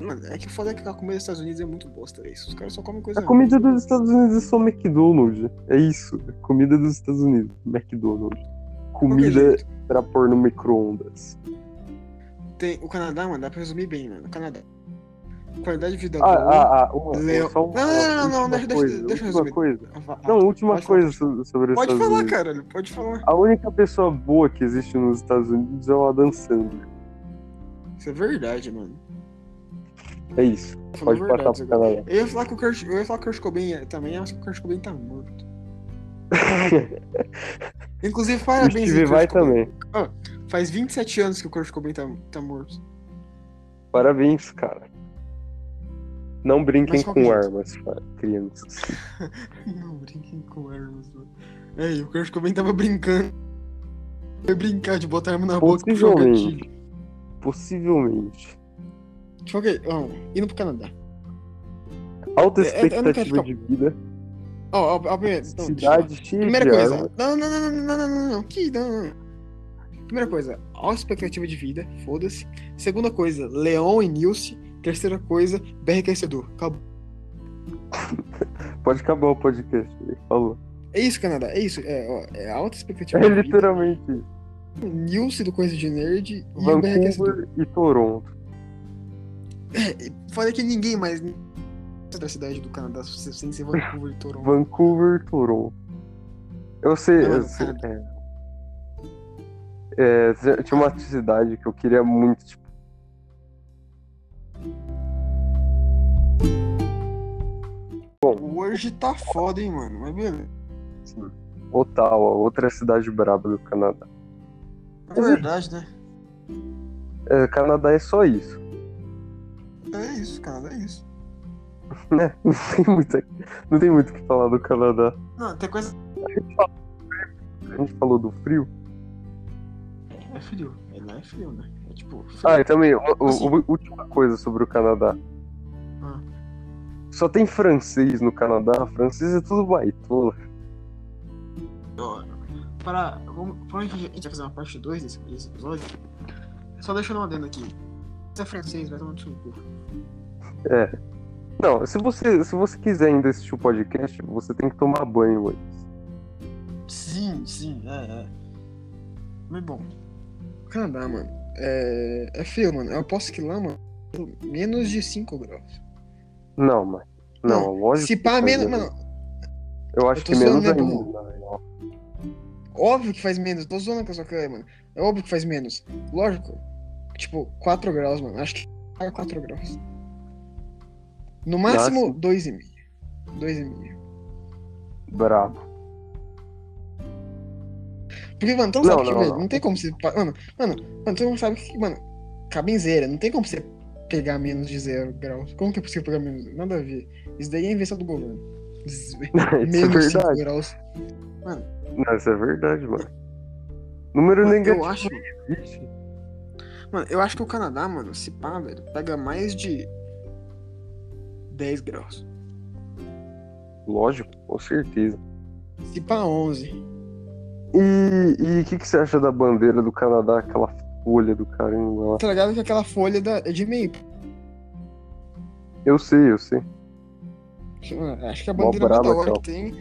[SPEAKER 2] Mano, é que foda é que a comida dos Estados Unidos é muito bosta, é isso. Os caras só comem coisa
[SPEAKER 1] A comida
[SPEAKER 2] ruim.
[SPEAKER 1] dos Estados Unidos é só McDonald's. É isso. A comida dos Estados Unidos, McDonald's. Comida
[SPEAKER 2] Qualquer jeito.
[SPEAKER 1] pra pôr no micro-ondas.
[SPEAKER 2] Tem, o Canadá, mano, dá pra resumir bem, mano. O Canadá. Qualidade de vida
[SPEAKER 1] Ah,
[SPEAKER 2] boa.
[SPEAKER 1] ah, ah, uma,
[SPEAKER 2] Leo-
[SPEAKER 1] só uma,
[SPEAKER 2] Não, não, não, não,
[SPEAKER 1] última
[SPEAKER 2] deixa- deixa-
[SPEAKER 1] coisa,
[SPEAKER 2] deixa eu
[SPEAKER 1] última
[SPEAKER 2] resumir.
[SPEAKER 1] coisa.
[SPEAKER 2] Ah, vá-
[SPEAKER 1] Não, última
[SPEAKER 2] pode
[SPEAKER 1] coisa
[SPEAKER 2] falar.
[SPEAKER 1] so- sobre os
[SPEAKER 2] Pode
[SPEAKER 1] Estados
[SPEAKER 2] falar,
[SPEAKER 1] Unidos.
[SPEAKER 2] caralho, pode falar.
[SPEAKER 1] A única pessoa boa que existe nos Estados Unidos é o Adam Sandler.
[SPEAKER 2] Isso é verdade, mano.
[SPEAKER 1] É isso.
[SPEAKER 2] Falou
[SPEAKER 1] Pode passar
[SPEAKER 2] verdade tá
[SPEAKER 1] pro
[SPEAKER 2] agora.
[SPEAKER 1] Canadá.
[SPEAKER 2] Eu ia falar que o Kurt, eu ia falar que o Kurt Cobain é- também, acho que o Kurt Cobain tá morto. Inclusive,
[SPEAKER 1] O
[SPEAKER 2] parabéns então,
[SPEAKER 1] Steve
[SPEAKER 2] Kurt
[SPEAKER 1] vai
[SPEAKER 2] Cobain.
[SPEAKER 1] também.
[SPEAKER 2] Faz 27 anos que o Kurt Cobain tá, tá morto.
[SPEAKER 1] Parabéns, cara. Não brinquem
[SPEAKER 2] Mas qual que
[SPEAKER 1] com
[SPEAKER 2] é?
[SPEAKER 1] armas, fa- crianças.
[SPEAKER 2] Não brinquem com armas, mano. É, e o Kurt Cobain tava brincando. Foi brincar de botar arma na boca e jogar
[SPEAKER 1] Possivelmente.
[SPEAKER 2] gatilho.
[SPEAKER 1] Possivelmente.
[SPEAKER 2] Tipo, ok, ó, indo pro Canadá.
[SPEAKER 1] Alta
[SPEAKER 2] É, Eu- eu- eu não quero
[SPEAKER 1] expectativa
[SPEAKER 2] ficar-
[SPEAKER 1] de vida,
[SPEAKER 2] Ó, ó, ó, primeiro. Não, deixa eu falar.
[SPEAKER 1] cidade cheia
[SPEAKER 2] Primeira
[SPEAKER 1] de
[SPEAKER 2] coisa.
[SPEAKER 1] armas.
[SPEAKER 2] Não, não, não, não, não, não, não, não. Que não, não, não. Primeira coisa, alta expectativa de vida, foda-se. Segunda coisa, Leon e Nilce. Terceira coisa, BR Crescedor. Acabou.
[SPEAKER 1] Pode acabar o podcast. Ele falou.
[SPEAKER 2] É isso, Canadá. É isso. É, ó, é alta expectativa
[SPEAKER 1] É
[SPEAKER 2] de vida.
[SPEAKER 1] literalmente isso.
[SPEAKER 2] Nilce do Coisa de Nerd e o BR Crescedor.
[SPEAKER 1] Vancouver e Toronto.
[SPEAKER 2] É, Fora que ninguém mais da cidade do Canadá sem ser Vancouver e Toronto.
[SPEAKER 1] Vancouver e Toronto. Eu sei.
[SPEAKER 2] Não,
[SPEAKER 1] eu sei, é. É, tinha- tinha uma cidade que eu queria muito, tipo,
[SPEAKER 2] Hoje tá foda, hein, mano. Mas beleza.
[SPEAKER 1] assim, Ottawa, outra cidade braba do Canadá.
[SPEAKER 2] É verdade, né?
[SPEAKER 1] É, Canadá é só isso.
[SPEAKER 2] É isso, Canadá. É isso.
[SPEAKER 1] né? Não tem muita- não tem muito o que falar do Canadá.
[SPEAKER 2] Não, tem coisa.
[SPEAKER 1] A gente falou do frio.
[SPEAKER 2] É frio. É, não é frio, né? É tipo. Frio.
[SPEAKER 1] Ah, e também, o- o-
[SPEAKER 2] Assim.
[SPEAKER 1] o- última coisa sobre o Canadá.
[SPEAKER 2] Ah.
[SPEAKER 1] Só tem francês no Canadá. Francês é tudo baitola.
[SPEAKER 2] Para, vamos, para a gente vai fazer uma parte 2 desse, desse episódio. Só deixando um adendo aqui. Você é francês, vai tomar no seu cu.
[SPEAKER 1] Não, se você, se você quiser ainda assistir o podcast, você tem que tomar banho antes.
[SPEAKER 2] Sim, sim, é, é. Mas bom. Canadá, mano. É, é frio, mano. Eu posso que lá, mano, menos de 5 graus.
[SPEAKER 1] Não, mas. Não,
[SPEAKER 2] Não,
[SPEAKER 1] lógico.
[SPEAKER 2] Se
[SPEAKER 1] que
[SPEAKER 2] pá,
[SPEAKER 1] faz
[SPEAKER 2] menos.
[SPEAKER 1] menos.
[SPEAKER 2] Mano,
[SPEAKER 1] Eu acho
[SPEAKER 2] eu tô
[SPEAKER 1] que menos
[SPEAKER 2] zoando, né,
[SPEAKER 1] ainda. na real.
[SPEAKER 2] óbvio que faz menos. Tô zoando com a sua cara, mano. É óbvio que faz menos. Lógico. Tipo, 4 graus, mano. Acho que é 4 graus. No máximo,
[SPEAKER 1] Máximo.
[SPEAKER 2] 2,5. 2,5.
[SPEAKER 1] Brabo.
[SPEAKER 2] Porque, mano, todo mundo
[SPEAKER 1] Não,
[SPEAKER 2] sabe que,
[SPEAKER 1] não,
[SPEAKER 2] velho,
[SPEAKER 1] não.
[SPEAKER 2] não. tem como você. pa- Mano, mano, mano, todo mundo sabe que, mano, cabinzeira, não tem como você pegar menos de zero graus. Como que é possível pegar menos? Nada a ver. Isso daí é invenção do governo. Z-
[SPEAKER 1] Isso é
[SPEAKER 2] Menos 5
[SPEAKER 1] verdade.
[SPEAKER 2] graus.
[SPEAKER 1] Não, isso é verdade, mano. Número
[SPEAKER 2] Mano, eu
[SPEAKER 1] negativo
[SPEAKER 2] acho.
[SPEAKER 1] existe.
[SPEAKER 2] Mano, eu acho que o Canadá, mano, se pá, velho, pega mais de 10 graus.
[SPEAKER 1] Lógico, com certeza.
[SPEAKER 2] Se pá, 11.
[SPEAKER 1] E o que, que você acha da bandeira do Canadá, aquela folha do caramba lá?
[SPEAKER 2] Tá ligado que aquela folha da, é de meio.
[SPEAKER 1] Eu sei, eu sei.
[SPEAKER 2] Mano, acho que a
[SPEAKER 1] Mó
[SPEAKER 2] bandeira
[SPEAKER 1] braba,
[SPEAKER 2] melhor
[SPEAKER 1] tchau.
[SPEAKER 2] que tem.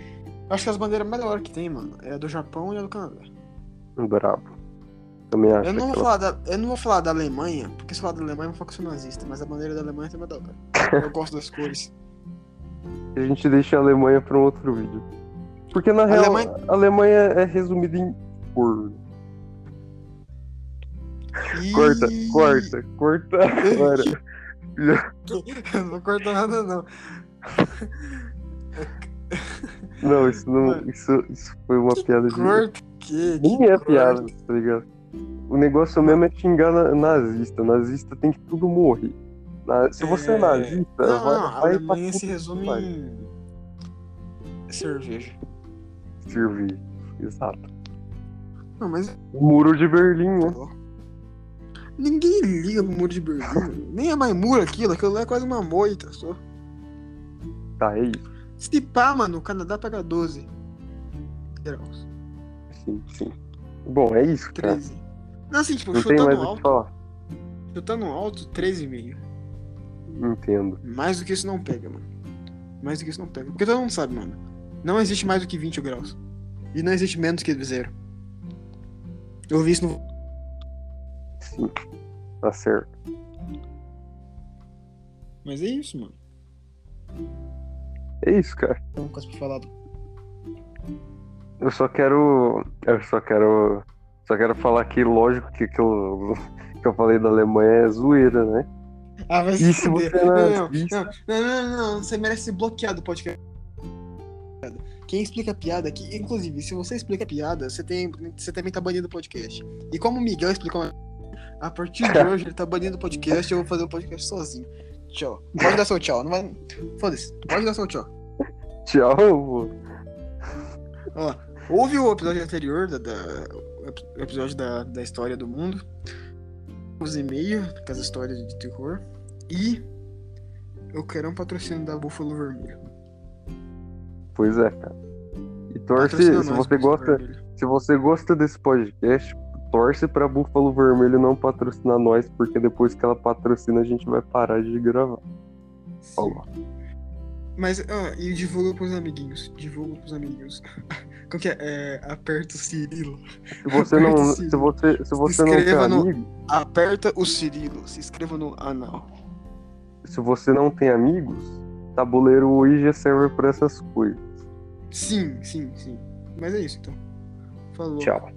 [SPEAKER 2] Acho que as bandeiras melhor que tem, mano, é a do Japão e a do Canadá.
[SPEAKER 1] Brabo. Também acho
[SPEAKER 2] Eu não, vou
[SPEAKER 1] aquela-
[SPEAKER 2] falar da, eu não vou falar da Alemanha, porque se eu falar da Alemanha, eu vou falar que eu sou nazista, mas a bandeira da Alemanha também é da hora. Eu gosto das cores.
[SPEAKER 1] A gente deixa a Alemanha pra um outro vídeo. Porque na real,
[SPEAKER 2] Alemanha-
[SPEAKER 1] a Alemanha é resumida em cor.
[SPEAKER 2] E...
[SPEAKER 1] Corta, corta, corta agora.
[SPEAKER 2] Eu não corto nada, não.
[SPEAKER 1] Não, isso não. Isso, isso foi uma piada de.
[SPEAKER 2] Corta que?
[SPEAKER 1] Nem
[SPEAKER 2] que
[SPEAKER 1] é
[SPEAKER 2] corta?
[SPEAKER 1] piada, tá ligado? O negócio mesmo é xingar na- nazista. Nazista tem que tudo morrer. Na- Se você é,
[SPEAKER 2] É.
[SPEAKER 1] nazista,
[SPEAKER 2] Não,
[SPEAKER 1] vai,
[SPEAKER 2] não, a
[SPEAKER 1] vai
[SPEAKER 2] Alemanha
[SPEAKER 1] pra
[SPEAKER 2] se resume
[SPEAKER 1] vai.
[SPEAKER 2] em cerveja.
[SPEAKER 1] puta servir. Exato.
[SPEAKER 2] Não, mas tá
[SPEAKER 1] O muro de Berlim, né?
[SPEAKER 2] ninguém liga pro muro de Berlim. mano. Nem é mais muro aquilo, aquilo lá é quase uma moita só.
[SPEAKER 1] Tá, é isso.
[SPEAKER 2] Se pá, mano, o Canadá pega 12 graus,
[SPEAKER 1] Sim, sim. Bom, é isso, cara.
[SPEAKER 2] 13. Não, assim, tipo,
[SPEAKER 1] Não tem
[SPEAKER 2] chutando
[SPEAKER 1] mais o
[SPEAKER 2] alto.
[SPEAKER 1] que falar.
[SPEAKER 2] Chutando alto, 3,5.
[SPEAKER 1] Entendo.
[SPEAKER 2] Mais do que isso não pega, mano. Mais do que isso não pega. Porque todo mundo sabe, mano. Não existe mais do que 20 graus. E não existe menos que zero. Eu vi isso no.
[SPEAKER 1] Sim. Tá certo.
[SPEAKER 2] Mas é isso, mano.
[SPEAKER 1] É isso, cara.
[SPEAKER 2] Então, coisa pra falar.
[SPEAKER 1] Eu só quero. Eu só quero. Só quero falar que, lógico, que, que, eu, que eu falei da Alemanha é zoeira, né?
[SPEAKER 2] Ah, vai
[SPEAKER 1] E
[SPEAKER 2] se
[SPEAKER 1] se
[SPEAKER 2] fuder.
[SPEAKER 1] você não é
[SPEAKER 2] Não, não,
[SPEAKER 1] assiste?
[SPEAKER 2] não, não, não, não, não, você merece ser bloqueado do podcast. Quem explica piada aqui, inclusive, se você explica piada, você, tem, você também tá banido do podcast. E como o Miguel explicou, uma- a partir de hoje ele tá banido do podcast, eu vou fazer o podcast sozinho. Tchau. Pode dar seu tchau, não vai. Foda-se, pode dar seu tchau.
[SPEAKER 1] Tchau, vô.
[SPEAKER 2] Ó, houve o episódio anterior, da, da- o ep- o episódio da, da história do mundo. Os e-mails com as histórias de terror. E eu quero um patrocínio da Búfalo Vermelho.
[SPEAKER 1] Pois é, cara. E torce,
[SPEAKER 2] Patrocina
[SPEAKER 1] se
[SPEAKER 2] nós,
[SPEAKER 1] você
[SPEAKER 2] Búfalo
[SPEAKER 1] gosta,
[SPEAKER 2] Vermelho.
[SPEAKER 1] se você gosta desse podcast, torce pra Búfalo Vermelho não patrocinar nós, porque depois que ela patrocina, a gente vai parar de gravar. Falou.
[SPEAKER 2] Mas, ó, e divulga pros amiguinhos. Divulga pros amiguinhos. Como que é? é aperta o Cirilo.
[SPEAKER 1] Se você não,
[SPEAKER 2] Aperta o
[SPEAKER 1] se
[SPEAKER 2] sino.
[SPEAKER 1] você, se você não tem
[SPEAKER 2] inscreva no-
[SPEAKER 1] amigo,
[SPEAKER 2] Aperta o Cirilo. Se inscreva no anal.
[SPEAKER 1] se você não tem amigos, tabuleiro Ouija serve pra essas coisas.
[SPEAKER 2] Sim, sim, sim. Mas é isso, então. Falou.
[SPEAKER 1] Tchau.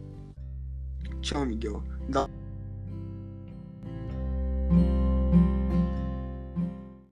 [SPEAKER 2] Tchau, Miguel. Dá...